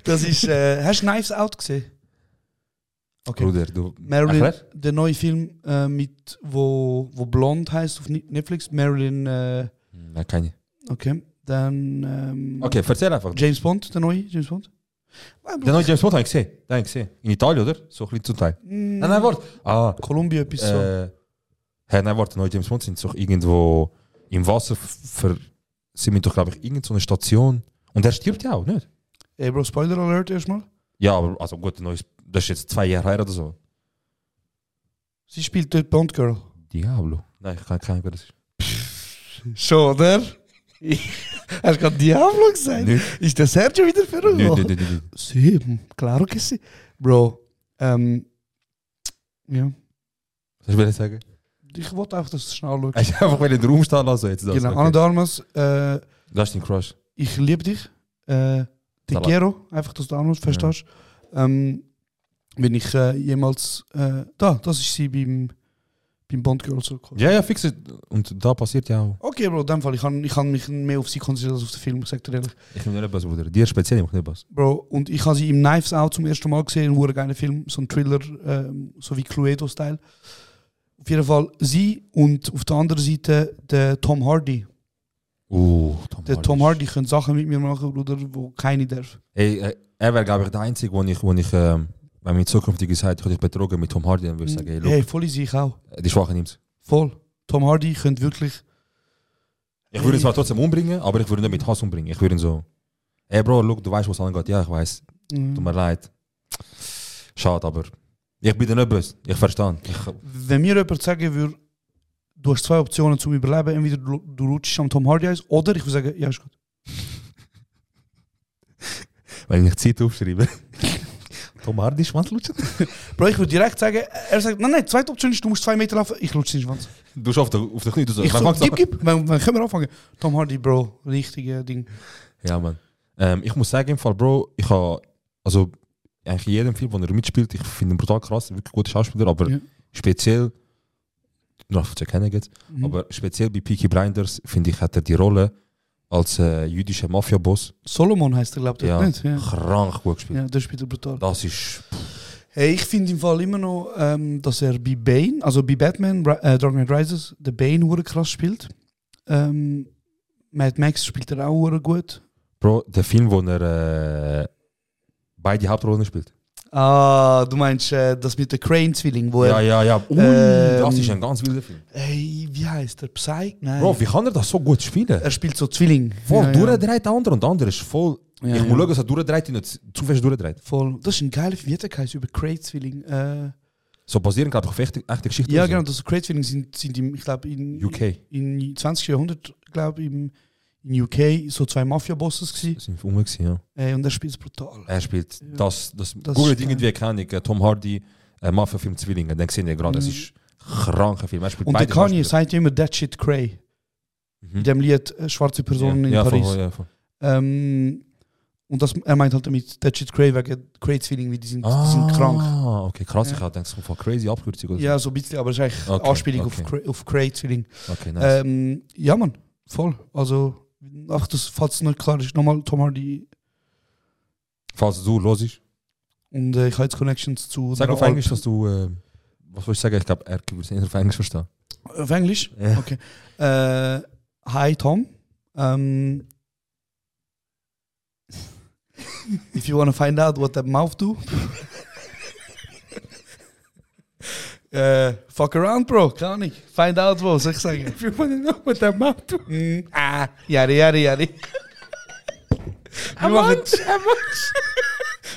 Das ist. Äh, hast du Knives Out gesehen? Okay.
Bruder, du.
Marilyn,
Erklär.
der neue Film äh, mit, wo, wo Blond heißt auf Ni- Netflix. Marilyn, äh,
hm, Nein, keine.
okay. Dann ähm,
Okay, erzähl einfach.
James Bond, der neue James Bond.
Den neuen James Bond habe ich gesehen. Den habe ich gesehen. In Italien, oder? So ein bisschen zum Teil.
Mm,
Nein, nein, warte. Ah,
Kolumbien etwas so.
äh, hey, nein, warte. Neue James Bond sind doch irgendwo im Wasser. f- Ver, sind wir doch, glaube ich, irgendeine so eine Station. Und er stirbt ja auch, nicht?
Ey, Bro, Spoiler Alert erstmal.
Ja, aber also gut, der neue, das ist jetzt zwei Jahre her oder so.
Sie spielt dort Bond Girl.
Diablo. Nein, ich kann kein das ist.
Schon, oder? Hast du gerade Diablo gesagt?
Nicht.
Ist der Sergio wieder verrückt?
Nein, nein, nein, nein.
Sí, claro que sí. Bro, ähm, ja.
Was will ich sagen?
Ich wollte einfach, dass du schnell schaust.
Ich einfach in den Raum stehen lassen jetzt. Das,
genau,
okay.
Anna Darmas, äh,
das ist dein Crush.
ich liebe dich. Äh, te
Salah.
quiero, einfach, dass du anrufst, verstehst. Ähm, wenn ich äh, jemals, äh, da, das ist sie beim, beim Bond Girl zurückgekommen.
Ja, ja, fix es. Und da passiert ja auch.
Okay, Bro, in dem Fall, ich kann, ich kann mich mehr auf sie konzentrieren als auf den Film, sagt er ehrlich.
Ich nehme nicht was, Bruder. Dir speziell, ich mache nicht was.
Bro, und ich habe sie im Knives Out zum ersten Mal gesehen, ein geiler Film, so ein Thriller, ähm, so wie Cluedo-Style. Auf jeden Fall sie und auf der anderen Seite der Tom Hardy.
Uh, Tom
Der Tom Hardy könnte Sachen mit mir machen, Bruder, wo keine darf.
Ey, äh, er wäre, glaube ich, der Einzige, wo ich, wo ich ähm, wenn mir zukünftige sagt, ich habe dich betrogen mit Tom Hardy, dann würde ich sagen, ey, look,
Hm. Hey, voll easy, ich auch.
die Schwache nimmt's.
Voll. Tom Hardy könnte wirklich.
Ich würde ihn zwar trotzdem umbringen, aber ich würde ihn nicht mit Hass umbringen. Ich würde ihn so, ey, Bro, look, du weißt, was angeht. Ja, ich weiß. Tut mir leid. Schade, aber ich bin dir nicht böse. Ich verstehe. Ich,
Wenn mir jemand sagen würde, du hast zwei Optionen zum Überleben, entweder du, du rutschst am Tom Hardy eins, oder ich würde sagen, ja, ist gut.
wenn ich Zeit aufschreibe. Tom Hardy Schwanz lutschen?
Bro, ich würde direkt sagen, er sagt, nein, nein, zweite Option ist, du musst zwei Meter laufen, ich rutsche den Schwanz.
Du schaffst auf, auf den Knie. Du so,
Ich
man
so,
fängt so-
gib, gib, wann, wann können wir anfangen? Tom Hardy, Bro, richtige Ding.
Ja, Mann. Ähm, ich muss sagen, im Fall, Bro, ich habe, also eigentlich in jedem Film, wo er mitspielt, ich finde ihn brutal krass, wirklich guter Schauspieler, aber
Ja.
speziell, nur auf zu erkennen jetzt,
Mhm.
aber speziell bei Peaky Blinders, finde ich, hat er die Rolle als äh, jüdischer Mafia-Boss
Solomon heißt er, glaubt
ja,
er nicht? Ja,
krank gut gespielt.
ja das spielt er brutal.
Das ist,
Hey, ich finde im Fall immer noch, ähm, dass er bei Bane, also bei Batman, Ra- äh, Dark Knight Rises, der Bane hure krass spielt. Ähm, Mad Max spielt er auch hure gut.
Bro, der Film, wo er äh, beide Hauptrollen spielt.
Ah, du meinst äh, das mit der Crane-Zwilling, wo
Ja,
er...
ja, ja. Ui,
Ähm,
das ist ein ganz wilder Film.
Äh. Hey, wie heißt er? Psych? Nein.
Bro, wie kann er das so gut spielen?
er spielt so Zwilling.
Voll
Ja, ja.
durchdreht der andere und der andere ist voll.
Ja,
ich
ja.
muss schauen, dass er durchdreht und nicht zu fest durchdreht.
Voll. Das ist ein geiler, wie hat er geheißen? über Crane-Zwilling? Äh,
So basieren, glaube ich, auf echte, echte Geschichten.
Ja,
oder
genau, das Great Feeling sind, sind im, ich glaube, in,
So. UK.
in 20. Jahrhundert, glaube ich, im in UK so zwei Mafia-Bosses gsi
Das sind wir rum gewesen, ja.
äh, und er spielt es brutal.
Er spielt das, das,
Das
gute
ist
Ding, irgendwie kann ich. äh, Tom Hardy, äh, Mafia-Film Zwillinge. Dann sehen wir gerade, das
Mhm.
ist kranker Film. Er spielt
Und der
beide
Kanye
Schauspieler.
sagt ja immer That Shit Cray,
Mhm.
in dem Lied äh, Schwarze Personen
ja.
in
ja,
Paris.
Voll, ja, voll.
Ähm, und das, er meint halt damit That Shit Cray wegen Great Feeling, wie die sind, die sind krank.
Ah, okay, krass.
Ja.
Ich habe gedacht, es ist voll crazy Abkürzung. oder so.
Ja, so ein bisschen, aber es ist eigentlich
Okay,
Anspielung
okay.
auf, Cray- auf Great Feeling.
Okay, nice.
Ähm, ja, Mann, voll. Also, ach, das, falls es nicht klar ist, nochmal Tom Hardy
Falls du los ist,
und äh, ich habe jetzt Connections zu.
sag
der
auf
Alp-
Englisch, dass du. Äh, was soll ich sagen? Ich glaube, er würde es nicht auf Englisch verstehen.
Auf Englisch?
Ja.
Okay. Äh, hi Tom. Um, if you want to find out what that mouth do, äh, fuck around, bro. Keine Ahnung. Find out, bro. Soll ich sagen? if you want to know what that mouth do. Mm, ah, yari, yari, yari. Wie machen,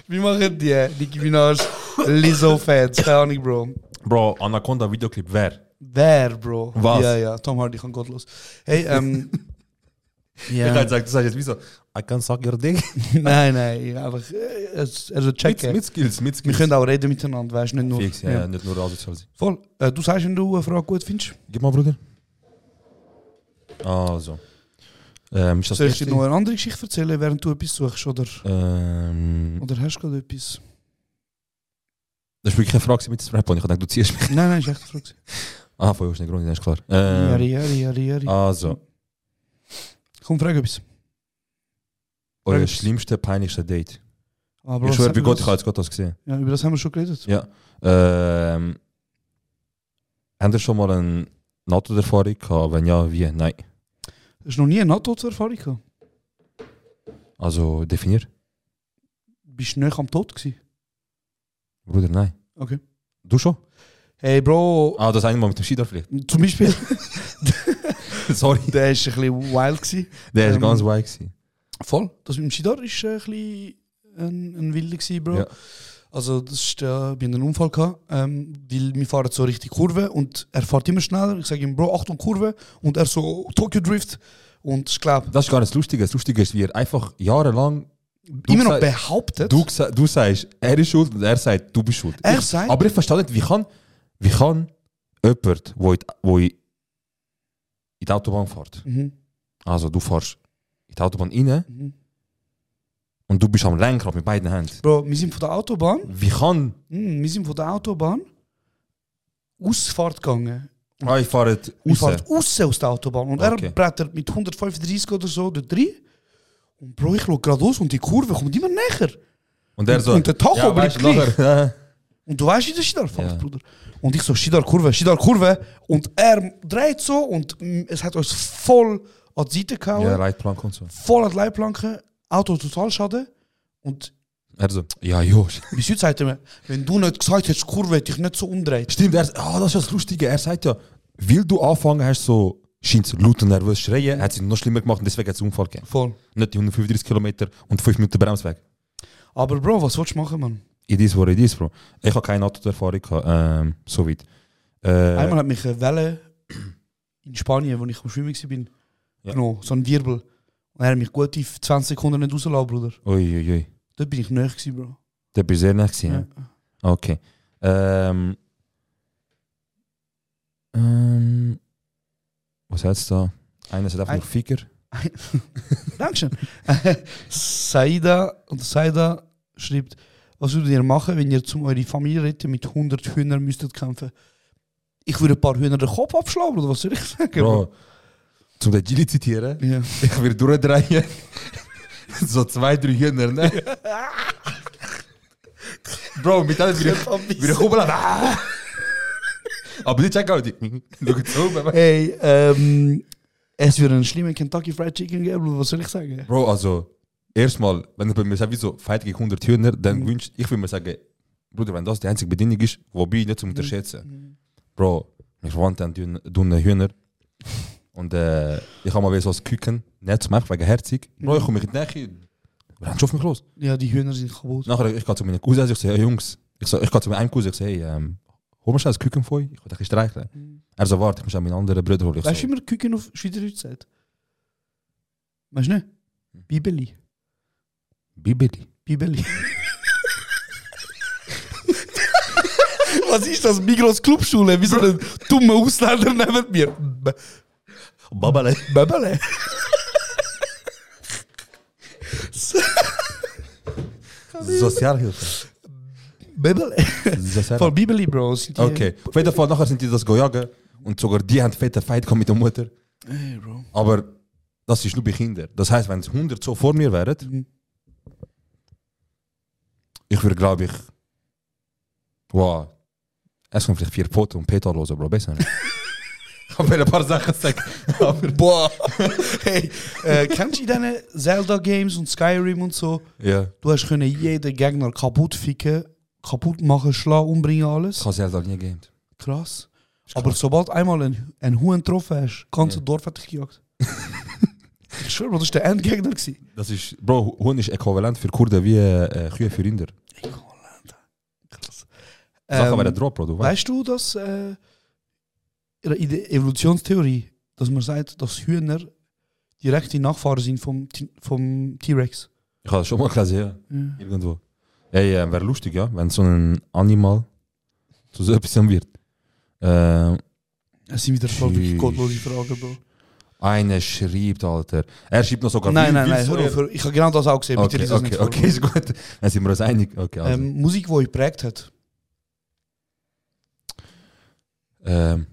wie machen die Nicki Minaj Lizzo-Fans? Keine Ahnung, Bro.
Bro, Anaconda-Videoclip, wer?
Wer, Bro?
Was?
Ja, ja, Tom Hardy kann gottlos. Hey, ähm.
Ich
ja.
hätte gesagt, Halt das heißt jetzt wie so, I can suck your dick.
Nein, nein, einfach. äh, es- Also
Mit,
checken.
mit Skills, mit
Wir
Skills.
können auch reden miteinander, weißt du nicht nur.
Fix, ja, ja. nicht nur asozial sein.
Voll. Äh, du sagst, wenn du eine Frage gut findest.
Gib mal, Bruder. Also. Ähm, ist das
Soll ich dir
richtig?
noch eine andere Geschichte erzählen, während du etwas suchst? Oder,
ähm,
oder hast du gerade etwas?
das ist wirklich eine Frage mit dem Rap, und ich dachte, du ziehst mich.
Nein, nein, ist echt eine Frage.
Ah, vorher ist nicht Grund, das ist klar.
Ähm. Jari,
Ähm,
jari, jari, jari.
also,
Komm, frag etwas.
euer
Frag-
schlimmste, peinlichste Date.
Aber
ich
was
schwöre
hat
bei
über
Gott, ich habe
das,
jetzt Gott das gesehen.
dus- ja, über das haben wir schon geredet.
Ja. Ähm, habt ihr schon mal eine NATO-Erfahrung gehabt? Wenn ja, wie? Nein.
Hast du noch nie eine Nahtodserfahrung gehabt?
Also definier.
Bist du nicht am Tod gewesen?
Bruder, nein.
Okay.
Du schon?
Hey Bro,
Ah, das eine Mal mit dem Skidor vielleicht.
zum Beispiel,
Sorry.
der ist ein bisschen wild gewesen.
Der ist
Ähm,
ganz weit gewesen.
Voll. Das mit dem Skidar ist äh, ein bisschen ein, ein Wilder gewesen, Bro.
Ja.
Also das ist, äh, ich bin einen Unfall gehabt, ähm, weil wir fahren so richtig Kurve und er fährt immer schneller. Ich sage ihm, Bro, Achtung Kurve und er so Tokyo Drift und ich glaube
Das ist gar nicht das Lustige. Das Lustige ist, wie er einfach jahrelang. Du
immer noch
sagst-
behauptet.
Du, gsa- du sagst, er ist schuld und er sagt, du bist schuld.
Er
ich,
sagt-
aber ich verstehe nicht, wie kann, wie kann jemand, wo in, wo in in die Autobahn fährt,
Mhm.
also du fährst in die Autobahn rein
Mhm.
und du bist am Lenkrad mit beiden Händen.
Bro, wir sind von der Autobahn,
Wie kann...
hm, wir sind von der Autobahn Ausfahrt gegangen.
Ah, ich fahre jetzt
Wir
raus.
fahren raus aus der Autobahn und
Okay.
er brettert mit 135 oder so dort rein. Und Bro, ich schaue geradeaus und die Kurve kommt immer näher.
Und er so...
Und der Tacho bleibt
weißt du,
gleich.
nachher-
Und du weißt, wie der Schidar fährt,
Ja.
Bruder. Und ich so, Schidar Kurve, Schidar Kurve. Und er dreht so und mm, es hat uns voll an die Seite gehauen.
ja, Leitplank und so.
Voll an die Leitplanke. Auto total schade. Und
Er so, ja, jo.
bis heute sagt er mir, wenn du nicht gesagt hättest, Kurve hätte ich nicht so umdreht.
Stimmt, er, ah, das ist das Lustige. Er sagt ja, weil du angefangen hast, so scheint zu laut und nervös zu schreien, hat es ihn noch schlimmer gemacht und deswegen hat es einen Unfall gegeben.
Voll.
Nicht die 135 Kilometer und 5 Minuten Bremsweg.
Aber Bro, was willst du machen, Mann?
It is what it is, Bro. Ich habe keine Autoerfahrung gehabt, ähm, so weit. Äh,
Einmal hat mich eine Welle in Spanien, wo ich am Schwimmen war,
Ja.
genommen, so ein Wirbel. Und er hat mich gute 20 Sekunden nicht rausgelassen, Bruder.
ui, ui, ui.
Dort bin ich neu, gewesen, Bro.
Der bist sehr nah gewesen, ja. Okay. Ähm, ähm, was hat's da? Einer sagt einfach
Ein-
nur Ficker.
Dankeschön. Saida und Saida schreibt, was würdet ihr machen, wenn ihr zum eure Familie retten mit 100 Hühnern müsstet kämpfen? Ich würde ein paar Hühner den Kopf abschlagen, oder was soll ich sagen?
Bro, zum den Gili zitieren.
Ja.
Ich würde durchdrehen. so zwei, drei Hühner, ne? Bro, mit denen würde ich, würde ich oben lassen. Aber die checken auch die. Schau zu oben.
Hey, ähm, es würde einen schlimmen Kentucky Fried Chicken geben, oder was soll ich sagen?
Bro, also, erstmal, wenn du bei mir sagst, wieso Fight gegen 100 Hühner, dann wünscht ich würde mir sagen, Bruder, wenn das die einzige Bedingung ist, wobei nicht zu unterschätzen. Bro, ich wohnte an dünn- dünnen Hühner. Und äh, ich habe mal wieder so ein Küken, nicht zu machen, wegen herzig. Bro, ich komme mich in die Nähe, rennt schon auf mich los.
Ja, die Hühner sind kaputt.
Nachher, ich gehe zu meinen Cousins, ich sage, hey, Jungs, ich, sag, ich gehe zu meinem Cousin, ich sage, hey, ähm, hol mir schnell das Küken vor, ich will dich streicheln. Er so, warte, ich muss an meinen anderen Bruder holen. Ich
Mhm. Weißt du,
so,
wie man Küken auf Schweizerdeutsch sagt? Weißt du nicht? Bibeli.
Bibeli.
Bibeli. Was ist das? Migros Clubschule? Wie so ein dummer Ausländer neben mir. B-
Babale.
Bäbele.
Sozialhilfe.
Bäbele.
Sozialhilfe.
Von Bibeli, Bro. sind die-
Okay. Auf jeden Fall, nachher sind die das jagen und sogar die haben fette Fight gehabt mit der Mutter.
Hey, Bro.
Aber das ist nur bei Kindern. Das heißt, wenn es 100 so vor mir wären,
Mhm.
ich würde, glaube ich, wow, es kommen vielleicht vier Pfoten und Peter los, Bro, besser nicht. Ich habe ein paar Sachen gesagt. Aber
Boah. Hey, äh, kennst du deine Zelda-Games und Skyrim und so?
ja,
Du hast können jeden Gegner kaputt ficken, kaputt machen, schlagen, umbringen,
ich
alles.
habe Zelda nie gegamed.
Krass. Aber sobald einmal ein, ein Huhn getroffen hast, ganze
Ja.
Dorf hat dich gejagt. ich schwöre, Bro, das war der Endgegner. Gewesen.
Das ist, Bro, Huhn ist äquivalent für Kurden wie äh, äh, Kühe für Rinder.
Krass.
Sachen
Ähm,
bei der Drop, Bro, du weißt.
Weißt du, dass äh, in der Evolutionstheorie, dass man sagt, dass Hühner direkte Nachfahren sind vom, T- vom T-Rex?
Ich habe das schon mal gelesen, ja. Irgendwo. Ey, äh, wäre lustig, ja, wenn so ein Animal zu so etwas wird. Ähm,
Das sind wieder voll wirklich
Tschüss.
gottlose Fragen, Bro.
einer schreibt, Alter. Er schreibt noch sogar
Nein,
wie-
nein,
wie-
nein, hör
sorry.
auf, hör- ich habe genau das auch gesehen.
Okay,
Bitte lies
okay,
das
okay,
nicht vor, Bro.
ist gut. Dann sind wir uns einig. Okay, also.
Ähm, Musik, die euch geprägt hat.
Ähm,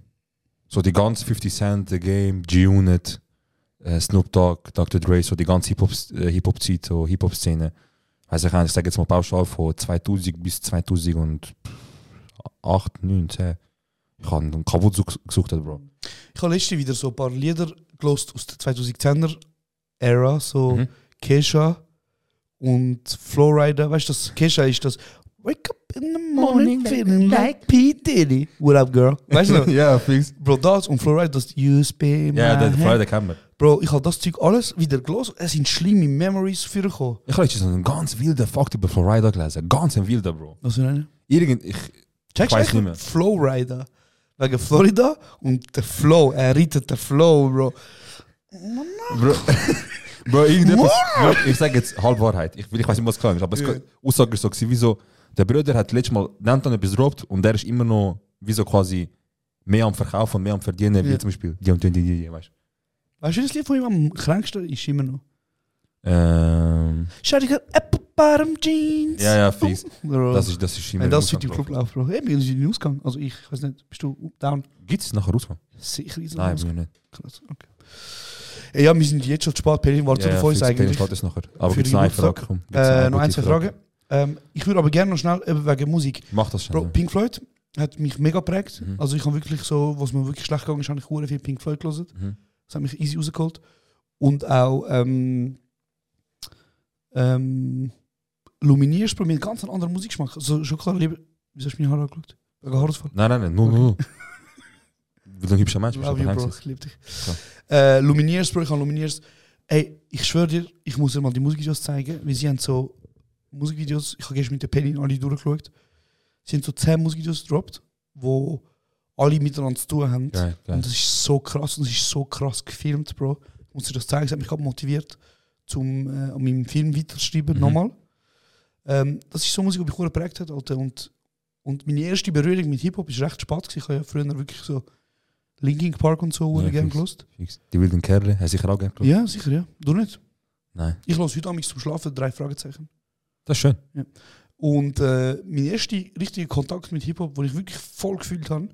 so die ganze 50 Cent, The Game, G-Unit, äh, Snoop Dogg, Dr. Dre, so die ganze Hip-Hop- äh, Hip-Hop-Zeit, so Hip-Hop-Szene. weiß ich nicht, ich sage jetzt mal pauschal von 2000 bis 2008, 9, 10. Ich habe einen kaputt gesucht- gesucht, Bro.
Ich habe letztens wieder so ein paar Lieder gelost aus der 2010er Era, so
Mhm.
Kesha und Flowrider. Weißt du, das Kesha ist das Wake up in the morning feeling like P. Diddy. What up, girl? Weißt du? noch?
ja, fix.
Bro, das und Flowrider, das You Spin.
Also, Ja,
my
der
head.
Freude kennen wir.
Bro, ich habe das Zeug alles wieder gelost. Es sind schlimme Memories für mich. gekommen.
Ich habe jetzt so einen ganz wilden Fakt über Florida gelesen. Ganz ein wilder, Bro.
Was für eine?
Irgend, ich,
Checkst
weiß
du
nicht mehr.
eigentlich Flowrider? Wegen Florida und der Flow. Er reitet der Flow, Bro.
Bro, bro irgendetwas. Bro, ich sage jetzt Halbwahrheit. Ich, will- ich weiß nicht, was klar ist, aber es
Ja.
yeah. Aussage ist so, gewesen, wie so, der Bruder hat letztes Mal Nantan etwas geraubt und der ist immer noch wie so quasi mehr am Verkaufen, mehr am Verdienen, wie
Ja.
zum Beispiel die und die, und die, die, die, weißt
Weißt du, das Lied von ihm am kranksten ist immer noch.
du? Ähm,
Schau dir Apple Bottom Jeans.
ja, ja, fix.
Bro.
Das ist, das ist immer
Wenn das
Russland
wird im Club
drauf.
läuft, Bro. Eben, das ist in den Ausgang. Also ich weiß nicht, bist du down?
Gibt's es nachher Russland?
Sicher ist
Nein, bin ich nicht.
Krass, okay. Ey, Ja, wir sind jetzt schon zu spät. Perry wartet auf uns
fix,
eigentlich.
Penis hat es nachher. Aber
Für
gibt's
die
noch eine
Geburtstag.
Frage? Komm, gibt's
Äh,
eine
noch ein,
gute
zwei
Frage?
Fragen. Ähm, ich würde aber gerne noch schnell eben wegen Musik.
Mach das schnell.
Bro, Pink Floyd hat mich mega geprägt.
Mhm.
Also ich habe wirklich so, was mir wirklich schlecht gegangen ist, habe ich hure viel Pink Floyd gelesen.
Mhm.
Das hat mich easy rausgeholt. Und auch ähm, ähm, Lumineers bei mir einen ganz anderen Musikgeschmack. Also schon klar, lieber, wieso hast du meine Haare angeschaut? Wegen Haarausfall.
Nein, nein, nein, nur, nur. nur. Weil du ein hübscher Mensch bist,
Love
aber
you,
denkst
Bro,
du
ich liebe dich.
Ja.
Äh, Lumineers, Bro, ich habe Lumineers. Ey, ich schwöre dir, ich muss dir mal die Musikvideos zeigen, weil sie haben so Musikvideos, ich habe gestern mit der Penny alle durchgeschaut, sie haben so 10 Musikvideos gedroppt, wo alle miteinander zu tun haben.
jetzt? Geil, geil.
Und das ist so krass, und das ist so krass gefilmt, Bro. Ich muss dir das zeigen, es hat mich gerade motiviert, zum, äh, an meinem Film weiterzuschreiben,
Mhm.
nochmal. Ähm, das ist so Musik, die mich verdammt geprägt hat, Alter. Und, und meine erste Berührung mit Hip-Hop ist recht spät. gewesen. Ich habe ja früher wirklich so Linkin Park und so
Ja,
ja, gerne
fix.
gelost.
Fix. Die wilden Kerle, hast du sicher auch gern geschaut?
Ja, sicher, ja. Du nicht?
Nein.
Ich los heute Abend zum Schlafen drei Fragezeichen.
Das ist schön.
Und äh, mein erster richtiger Kontakt mit Hip-Hop, den ich wirklich voll gefühlt habe,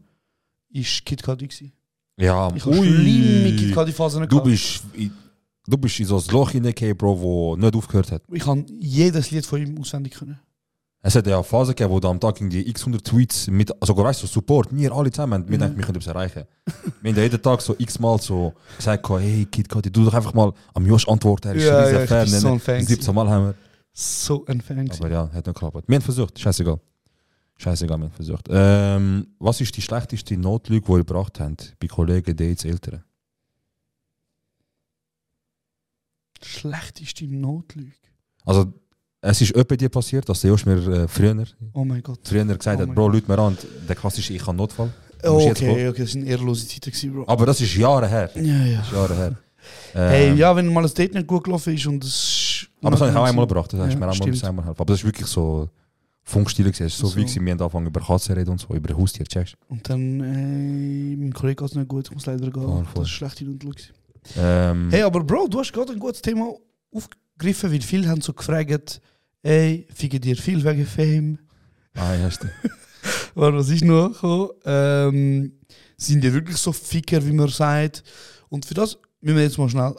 ist Kid Cudi. gewesen.
Ja,
Ich habe schlimme Kid Cudi-Phasen
Du
gehabt.
bist, in- du bist in so ein Loch hineingefallen, Bro, wo nicht aufgehört hat.
Ich kann jedes Lied von ihm auswendig können.
Es hat ja eine Phase gegeben, wo du am Tag irgendwie x 100 Tweets mit, sogar weißt du, Support, wir alle zusammen, haben, wir denken, wir können etwas erreichen. wir haben ja jeden Tag so x-mal so gesagt, hey Kid Cudi, du doch einfach mal am Josh antworten, er ist
Ja,
ein riesen
ja, ich
Fan.
bin so ein
ne?
Fan
17 Mal haben wir.
So ein Fan. gewesen.
Aber ja, hat nicht geklappt. Wir haben versucht, scheißegal. Scheißegal, wir haben versucht. Ähm, was ist die schlechteste Notlüge, die ihr gebracht habt bei Kollegen, Dates, Eltern?
Schlechteste Notlüge.
Also, es ist öppe dir passiert, dass der Josh mir äh, früher,
Oh mein Gott.
früher gesagt
Oh
hat,
mein
Bro, Leute mir an, der klassische Ich kann Notfall. Du musst
Oh,
jetzt
okay,
gehen.
okay, das sind ehrlose Zeiten, gewesen, Bro.
Aber das ist Jahre her. Das
Ja, ja.
ist Jahre her.
Hey,
Ähm,
Ah, ja, Ah, wenn mal ein Date nicht gut gelaufen ist und es.
Aber das habe ich auch einmal gebracht, das hast
Ja,
du mir auch mal
stimmt.
gesagt, einmal helfen. Aber das ist wirklich so funkstill gewesen. Es ist so,
So.
wie gewesen, wir haben angefangen über Katzen zu reden und so, über Haustier, checkst
Und dann, äh, mein Kollege geht es nicht gut, ich muss leider gehen.
Voll,
Das
voll.
ist schlechte Notlüge. gewesen.
du? Ähm,
Hey, aber Bro, du hast gerade ein gutes Thema aufgegriffen, weil viele haben so gefragt, ey, ficken dir viel wegen Fame.
Ah, ja, stimmt.
Aber was ist noch gekommen? Ähm, sind die wirklich so Ficker, wie man sagt? Und für das müssen wir jetzt mal schnell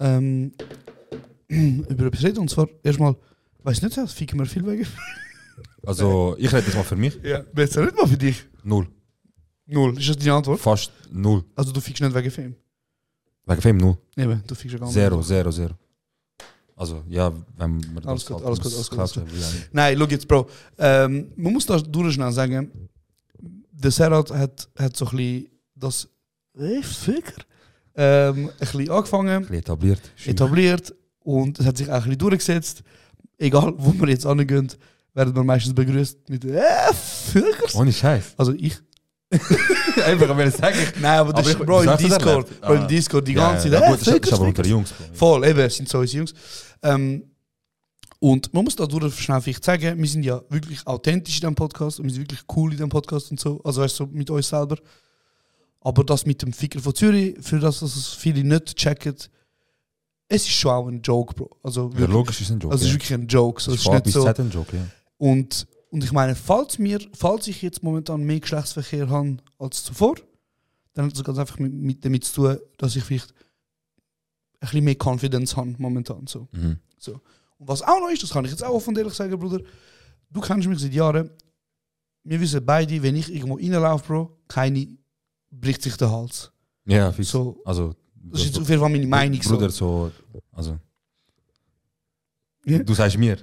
ähm, über etwas reden. Und zwar erstmal, weiß nicht, was ficken wir viel wegen?
Also, ich rede jetzt mal für mich.
Ja, besser nicht mal für dich.
Null.
Null, ist das deine Antwort?
Fast null.
Also du fickst nicht wegen Fame.
Wegen Fame null.
Eben, du fickst ja gar nicht.
Zero, zero, zero. Also, ja, wenn man
Alles gut,
Dus
alles gut, alles gut, alles
alles gut.
Nein, schau jetzt, Bro. Ähm, man muss da durch schnell sagen, der Serhat hat, hat so ein bisschen das äh, Ficker ähm, ein bisschen angefangen.
Etabliert. Schön.
etabliert und es hat sich auch ein bisschen durchgesetzt. Egal, wo wir jetzt angehen, werden wir meistens begrüßt mit äh, Völkers.
Ohne Scheiß.
Also ich.
Einfach, wenn ich sage,
Nein, aber das
Aber
ist
ich-
Bro
das
im
hast du
Discord.
erlebt.
Bro
Ah.
im Discord die ganze
ja,
Zeit.
ja,
äh,
gut, das ist- das ist
Völkers,
aber unter
Völkers.
Jungs.
Voll, eben, es sind so unsere Jungs. Ähm, und man muss da durch schnell vielleicht sagen, wir sind ja wirklich authentisch in diesem Podcast und wir sind wirklich cool in diesem Podcast und so. Also weißt du, so mit uns selber. Aber das mit dem Ficker von Zürich, für das, dass es viele nicht checken, es ist schon auch ein Joke, Bro. Also
Ja,
wirklich.
logisch ist ein Joke.
Also
ja.
es ist wirklich ein Joke. So. Es
Es
ist
war
nicht
bis
so.
Z ein Joke, ja.
Und, und ich meine, falls, mir, falls ich jetzt momentan mehr Geschlechtsverkehr habe als zuvor, dann hat das ganz einfach mit, mit damit zu tun, dass ich vielleicht ein bisschen mehr Confidence habe momentan. So.
Mhm.
Und was auch noch ist, das kann ich jetzt auch offen und ehrlich sagen, Bruder, du kennst mich seit Jahren. Wir wissen beide, wenn ich irgendwo reinlaufe, Bro, keine bricht sich der Hals.
Ja, fix.
So,
Also,
das ist jetzt auf jeden Fall meine Meinung. So.
Bruder, so. Also.
Ja.
Du sagst mir.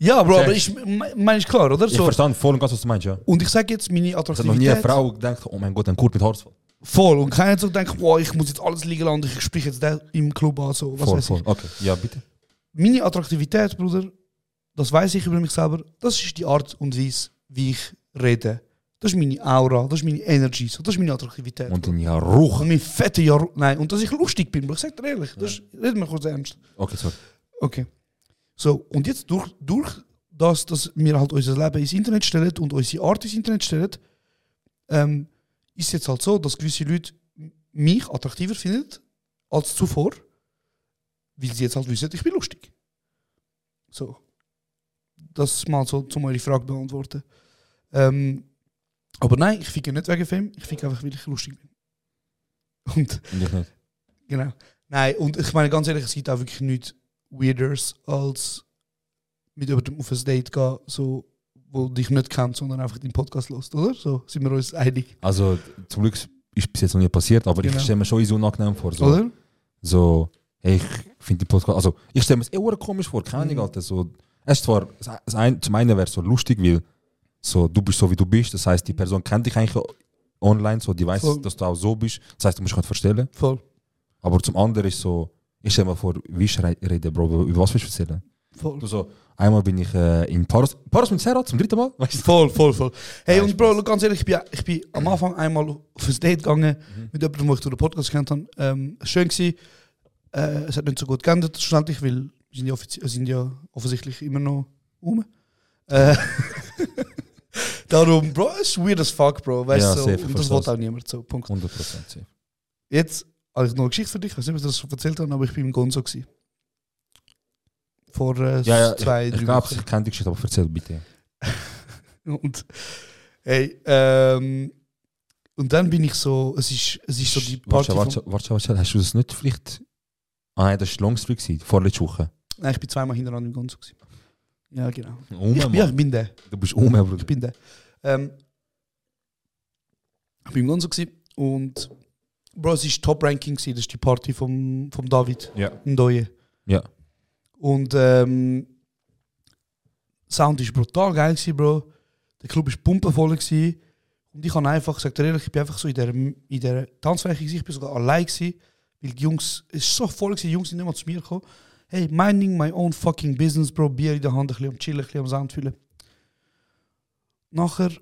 Ja, Bro, aber
Zeg.
ich meine ich klar, oder?
Ich
So.
verstand voll und ganz, was du meinst, ja.
Und ich sage jetzt meine
Ich habe noch nie
Attraktivität.
eine Frau gedacht, oh mein Gott, ein Kurt mit Haarausfall.
Voll. Und keiner so denkt, boah, ich muss jetzt alles liegen lassen, ich sprich jetzt da im Club an, so, was
Voll,
weiß ich.
voll. Okay, ja, bitte.
Meine Attraktivität, Bruder, das weiß ich über mich selber, das ist die Art und Weise, wie ich rede. Das ist meine Aura, das ist meine Energy, so, das ist meine Attraktivität.
Und dann ja, Ruch.
Und mein fette Jahr. Nein, und dass ich lustig bin, Bro, ich sag dir ehrlich, das ist, red mir kurz ernst.
Okay, sorry.
Okay. So, und jetzt durch, durch das, dass wir halt unser Leben ins Internet stellen und unsere Art ins Internet stellen, ähm, ist jetzt halt so, dass gewisse Leute m- mich attraktiver finden als zuvor, weil sie jetzt halt wissen, ich bin lustig. So. Das mal so, um eure Frage beantworten. Ähm, aber nein, ich ficke nicht wegen Fame, ich ficke einfach, weil ich lustig bin. Und
Und ich nicht.
Genau. Nein, und ich meine ganz ehrlich, es gibt auch wirklich nichts Weirders als mit jemandem auf ein Date gehen, so, wo dich nicht kennt, sondern einfach den Podcast hörst, oder? So sind wir uns einig,
Also, zum Glück ist bis jetzt noch nie passiert, aber
Genau.
ich stelle mir schon so unangenehm vor. So,
oder?
so hey, ich finde die Podcast. Also, ich stelle mir es eher komisch vor, keine Ahnung,
Mhm.
Alter. So, es ist zwar, es- es ein, zum einen wäre es so lustig, weil so, du bist so, wie du bist. Das heißt, die Person kennt dich eigentlich online, so, die weiß,
Voll.
dass du auch so bist. Das heißt, du musst dich nicht verstellen.
Voll.
Aber zum anderen ist so, ich stelle mir vor, wie ich rei- rede, Bro, über was willst du erzählen?
Voll.
Du so, einmal bin ich äh, in Paris, Paris mit Sarah zum dritten Mal, weißt du?
Voll, voll, voll. Hey,
Nein,
und Bro, look, ganz ehrlich, ich bin, ich bin am Anfang einmal auf ein Date gegangen
Mhm.
mit jemandem, den ich durch den Podcast kennt habe. Ähm, schön gewesen. Äh, es hat nicht so gut geändert, schlussendlich, weil wir sind ja, offizie- äh, sind ja offensichtlich immer noch um. Äh, Darum, Bro, es ist weird as fuck, Bro. Weißt
Ja,
du, so,
safe,
und das
versteh's.
will auch niemand. So, Punkt.
100% safe.
Jetzt habe ich noch eine Geschichte für dich. Ich weiß nicht, ob ich das schon erzählt habe, aber ich bin im Gonzo. Gewesen. Vor äh,
Ja, ja,
zwei,
ich,
drei
ich glaube,
Wochen.
ich kenne die Geschichte, aber erzähl bitte.
Und hey, ähm, und dann bin ich so, es ist, es ist so die Party
Warte, warte, warte, warte, hast du das nicht vielleicht... Ah nein, das war Longstreet, gewesen, vorletzte Woche.
Von, nein, ich bin zweimal hintereinander im Gonzo. Gewesen. Ja, genau.
Um,
ich, bin, ja, ich bin der.
Du bist um,
Ich
Bruder.
bin der. Ähm, ich bin im Gonzo gewesen und Bro, es ist Top-Ranking, gewesen, das ist die Party vom, vom David
Ja.
Ndoye.
Ja.
Und ähm, Sound ist brutal geil, gewesen, Bro. Der Club war pumpenvoll. Gewesen. Und ich habe einfach, sag dir ehrlich, ich bin einfach so in der, in der Tanzfläche, gewesen. ich bin sogar allein. Gewesen, weil die Jungs, es ist so voll, gewesen, die Jungs sind nicht mal zu mir gekommen. Hey, minding my own fucking business, Bro. Bier in der Hand, ein bisschen am Chillen, ein bisschen am Sound fühlen. Nachher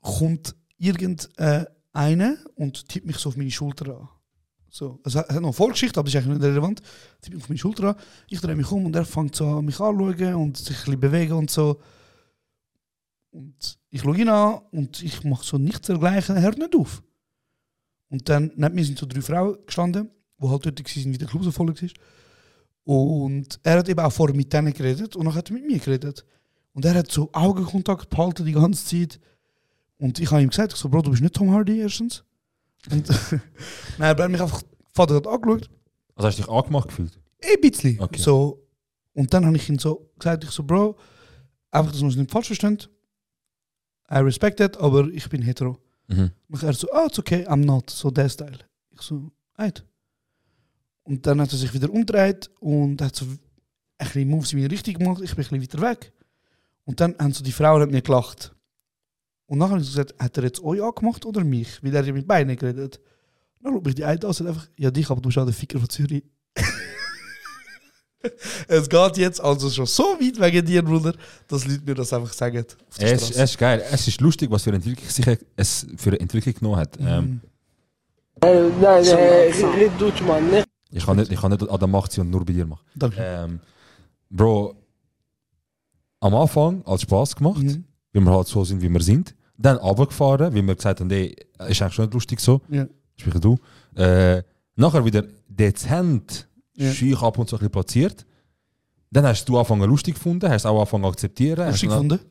kommt irgendeiner und tippt mich so auf meine Schulter an. So, es hat es hat noch eine Vorgeschichte, aber das ist eigentlich nicht relevant. Tippt mich auf meine Schulter an. Ich drehe mich um und er fängt so an mich anzuschauen und sich ein bisschen bewegen und so. Und ich schaue ihn an und ich mache so nichts dergleichen, er hört nicht auf. Und dann, neben mir sind so drei Frauen gestanden, die halt dort waren, wie der Club so voll war. Und er hat eben auch vorher mit denen geredet und dann hat er mit mir geredet. Und er hat so Augenkontakt behalten die ganze Zeit. Und ich habe ihm gesagt, ich so, Bro, du bist nicht Tom Hardy erstens. Und Nein, aber er hat mich einfach Vater hat angeschaut.
Also hast du dich angemacht gefühlt?
Ein bisschen.
Okay.
So. Und dann habe ich ihm so gesagt, ich so, Bro, einfach, dass wir uns nicht falsch verstehen. I respect that, aber ich bin hetero.
Mhm.
Und er so, ah, it's okay, I'm not. So der Style. Ich so, right. Und dann hat er sich wieder umgedreht und hat so ein bisschen Moves in meine Richtung gemacht. Ich bin ein bisschen weiter weg. Und dann haben so die Frauen hat mir gelacht. Und nachher habe ich so gesagt, hat er jetzt euch angemacht oder mich? Weil er ja mit beiden geredet. Dann schaut mich die eine an und sagt einfach, ja dich, aber du bist auch der Ficker von Zürich. es geht jetzt also schon so weit wegen dir, Bruder, dass Leute mir das einfach sagen. auf der
Es,
Straße.
es ist geil. Es ist lustig, was für eine Entwicklung sich es für eine Entwicklung genommen hat.
Mhm.
Ähm,
Nein, les doutes, man. ee, Ne?
ich kann nicht, ich kann nicht an der Macht sein und nur bei dir machen.
Danke.
Ähm, Bro, am Anfang hat es Spaß gemacht,
Mhm.
weil wir halt so sind, wie wir sind. Dann runtergefahren, weil wir gesagt haben, ey, ist eigentlich schon nicht lustig so.
Ja.
Sprich du. Äh, nachher wieder dezent
Ja.
schüch ab und zu ein bisschen platziert. Dann hast du angefangen lustig gefunden, hast auch angefangen akzeptieren.
Lustig
hast dann-
gefunden?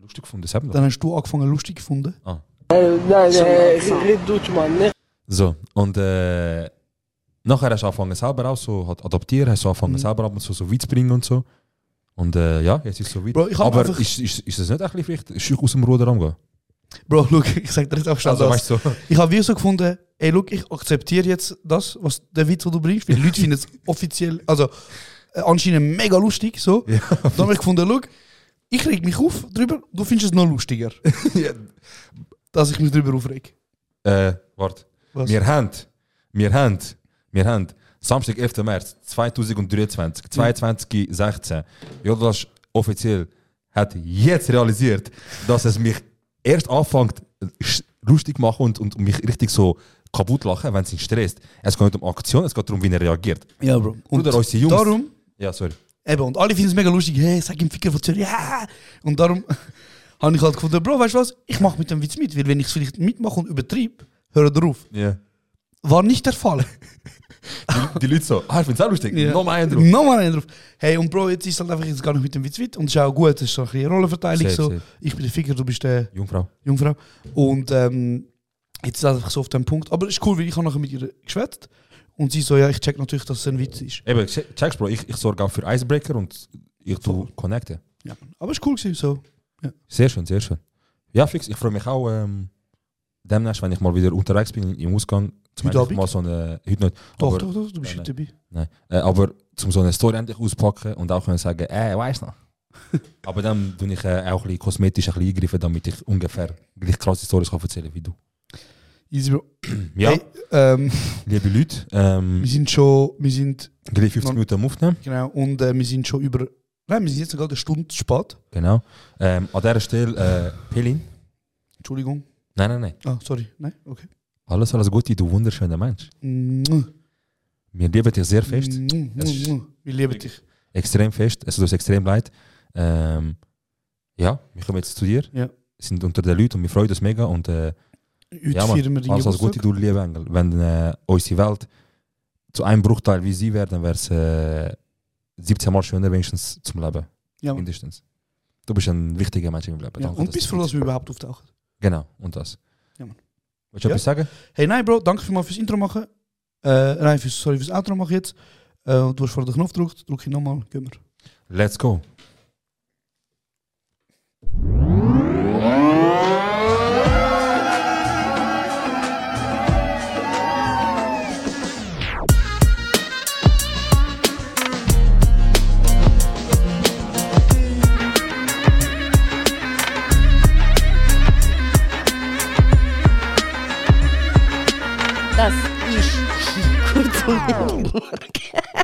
Lustig gefunden, das haben wir.
Dann hast du angefangen lustig gefunden.
Ee, Nein, les doutes, man. Ne?
So, und äh, Nachher hast du angefangen selber auch so halt adaptieren, hast du angefangen
Mhm.
selber ab und zu so weit zu bringen und so. Und äh, ja, jetzt ist es so weit.
Bro, ich hab
Aber
einfach-
ist, ist, ist das nicht ein bisschen vielleicht schick aus dem Ruder rumgehen?
Bro, schau, ich sag dir jetzt auch schon
Also
das.
weißt du, so,
Ich habe wie so gefunden, ey, look, ich akzeptiere jetzt das, was der Witz, den du bringst, weil die Leute finden es offiziell, also äh, anscheinend mega lustig, so.
Ja.
Dann habe ich gefunden, look, ich reg mich auf drüber, du findest es noch lustiger, dass ich mich drüber aufreg.
äh, warte.
Was?
Wir haben, wir haben, wir haben Samstag, 11. März 2023, 22.16. Jodas offiziell hat jetzt realisiert, dass es mich erst anfängt sch- lustig machen und, und mich richtig so kaputt lachen, wenn es ihn stresst. Es geht nicht um Aktion, es geht darum, wie er reagiert.
Ja, Bro. Und
Bruder, unsere Jungs-
darum,
Ja, sorry.
eben, und alle finden es mega lustig, hey, sag ihm Ficker von Zürich, ja. Und darum habe ich halt gefunden, Bro, weißt du was, ich mache mit dem Witz mit, weil wenn ich es vielleicht mitmache und übertreibe, hör drauf.
Ja.
War nicht der Fall.
Die, die Leute so, ah, ich find's auch lustig.
Ja.
Nochmal einen drauf.
Nochmal einen drauf. Hey, und Bro, jetzt ist halt einfach jetzt gar nicht mit dem Witz weit. Und es ist auch gut, es ist so ein bisschen Rollenverteilung.
Safe,
so.
safe.
Ich bin der Ficker, du bist der
Jungfrau.
Jungfrau. Und ähm, jetzt ist es einfach so auf dem Punkt. Aber es ist cool, weil ich habe nachher mit ihr geschwätzt. Und sie so, ja, ich check natürlich, dass es ein Witz ist.
Eben, che- checkst Bro, ich, ich sorge auch für Icebreaker und ich tu connecten.
Ja. Aber es ist cool gewesen, so.
Sehr schön, sehr schön. Ja, fix. Ich freue mich auch ähm, demnächst, wenn ich mal wieder unterwegs bin im Ausgang. Zum
Heute
Beispiel
Abend?
mal so eine. Heute nicht.
Doch,
aber,
doch, doch, du bist
Nein,
heute dabei.
Nein. Äh, aber zum so eine Story endlich auspacken und auch können sagen, äh, weiß noch. aber dann tue ich äh, auch ein bisschen kosmetisch ein bisschen eingreifen, damit ich ungefähr gleich krasse Stories kann erzählen wie du.
Easy, Bro.
Ja,
Hey, ähm,
liebe Leute,
wir
ähm,
sind schon, wir sind,
gleich 50
Man-
Minuten am Aufnehmen.
genau, und äh, wir sind schon über, nein, wir sind jetzt gerade eine Stunde zu spät.
Genau. Ähm, an dieser Stelle, äh, Pelin.
Entschuldigung.
Nein, nein, nein.
Ah, sorry. Nein, okay.
Alles, alles Gute, du wunderschöner Mensch.
Mua.
Wir lieben dich sehr fest.
Mua, mua,
Es ist-
mua. Wir lieben dich.
extrem fest. Es tut uns extrem leid. Ähm, ja, wir kommen jetzt zu dir.
Ja.
Sind unter den Leuten und wir freuen uns mega. Und äh,
Heute
ja,
feiern wir
Mann,
den
alles, alles Gute,
Geburtstag.
du lieber Engel. Wenn äh, unsere Welt zu einem Bruchteil wie sie wäre, dann wäre es äh, 17 Mal schöner wenigstens zum Leben.
Ja, Mann.
Mindestens. Du bist ein wichtiger Mensch im Leben.
Ja,
Danke,
und
dass
bist
du
froh, dass
bist.
wir überhaupt auftauchen.
Genau, und das.
Ja, Mann.
Willst du
Ja.
etwas sagen?
Hey, nein, Bro, danke vielmals fürs Intro machen. Äh, nein, fürs, sorry, fürs Outro machen jetzt. Äh, du hast vor den Knopf gedrückt, drück ihn nochmal, gehen wir.
Let's go.
Das ist Kurz und Mittelmorgen.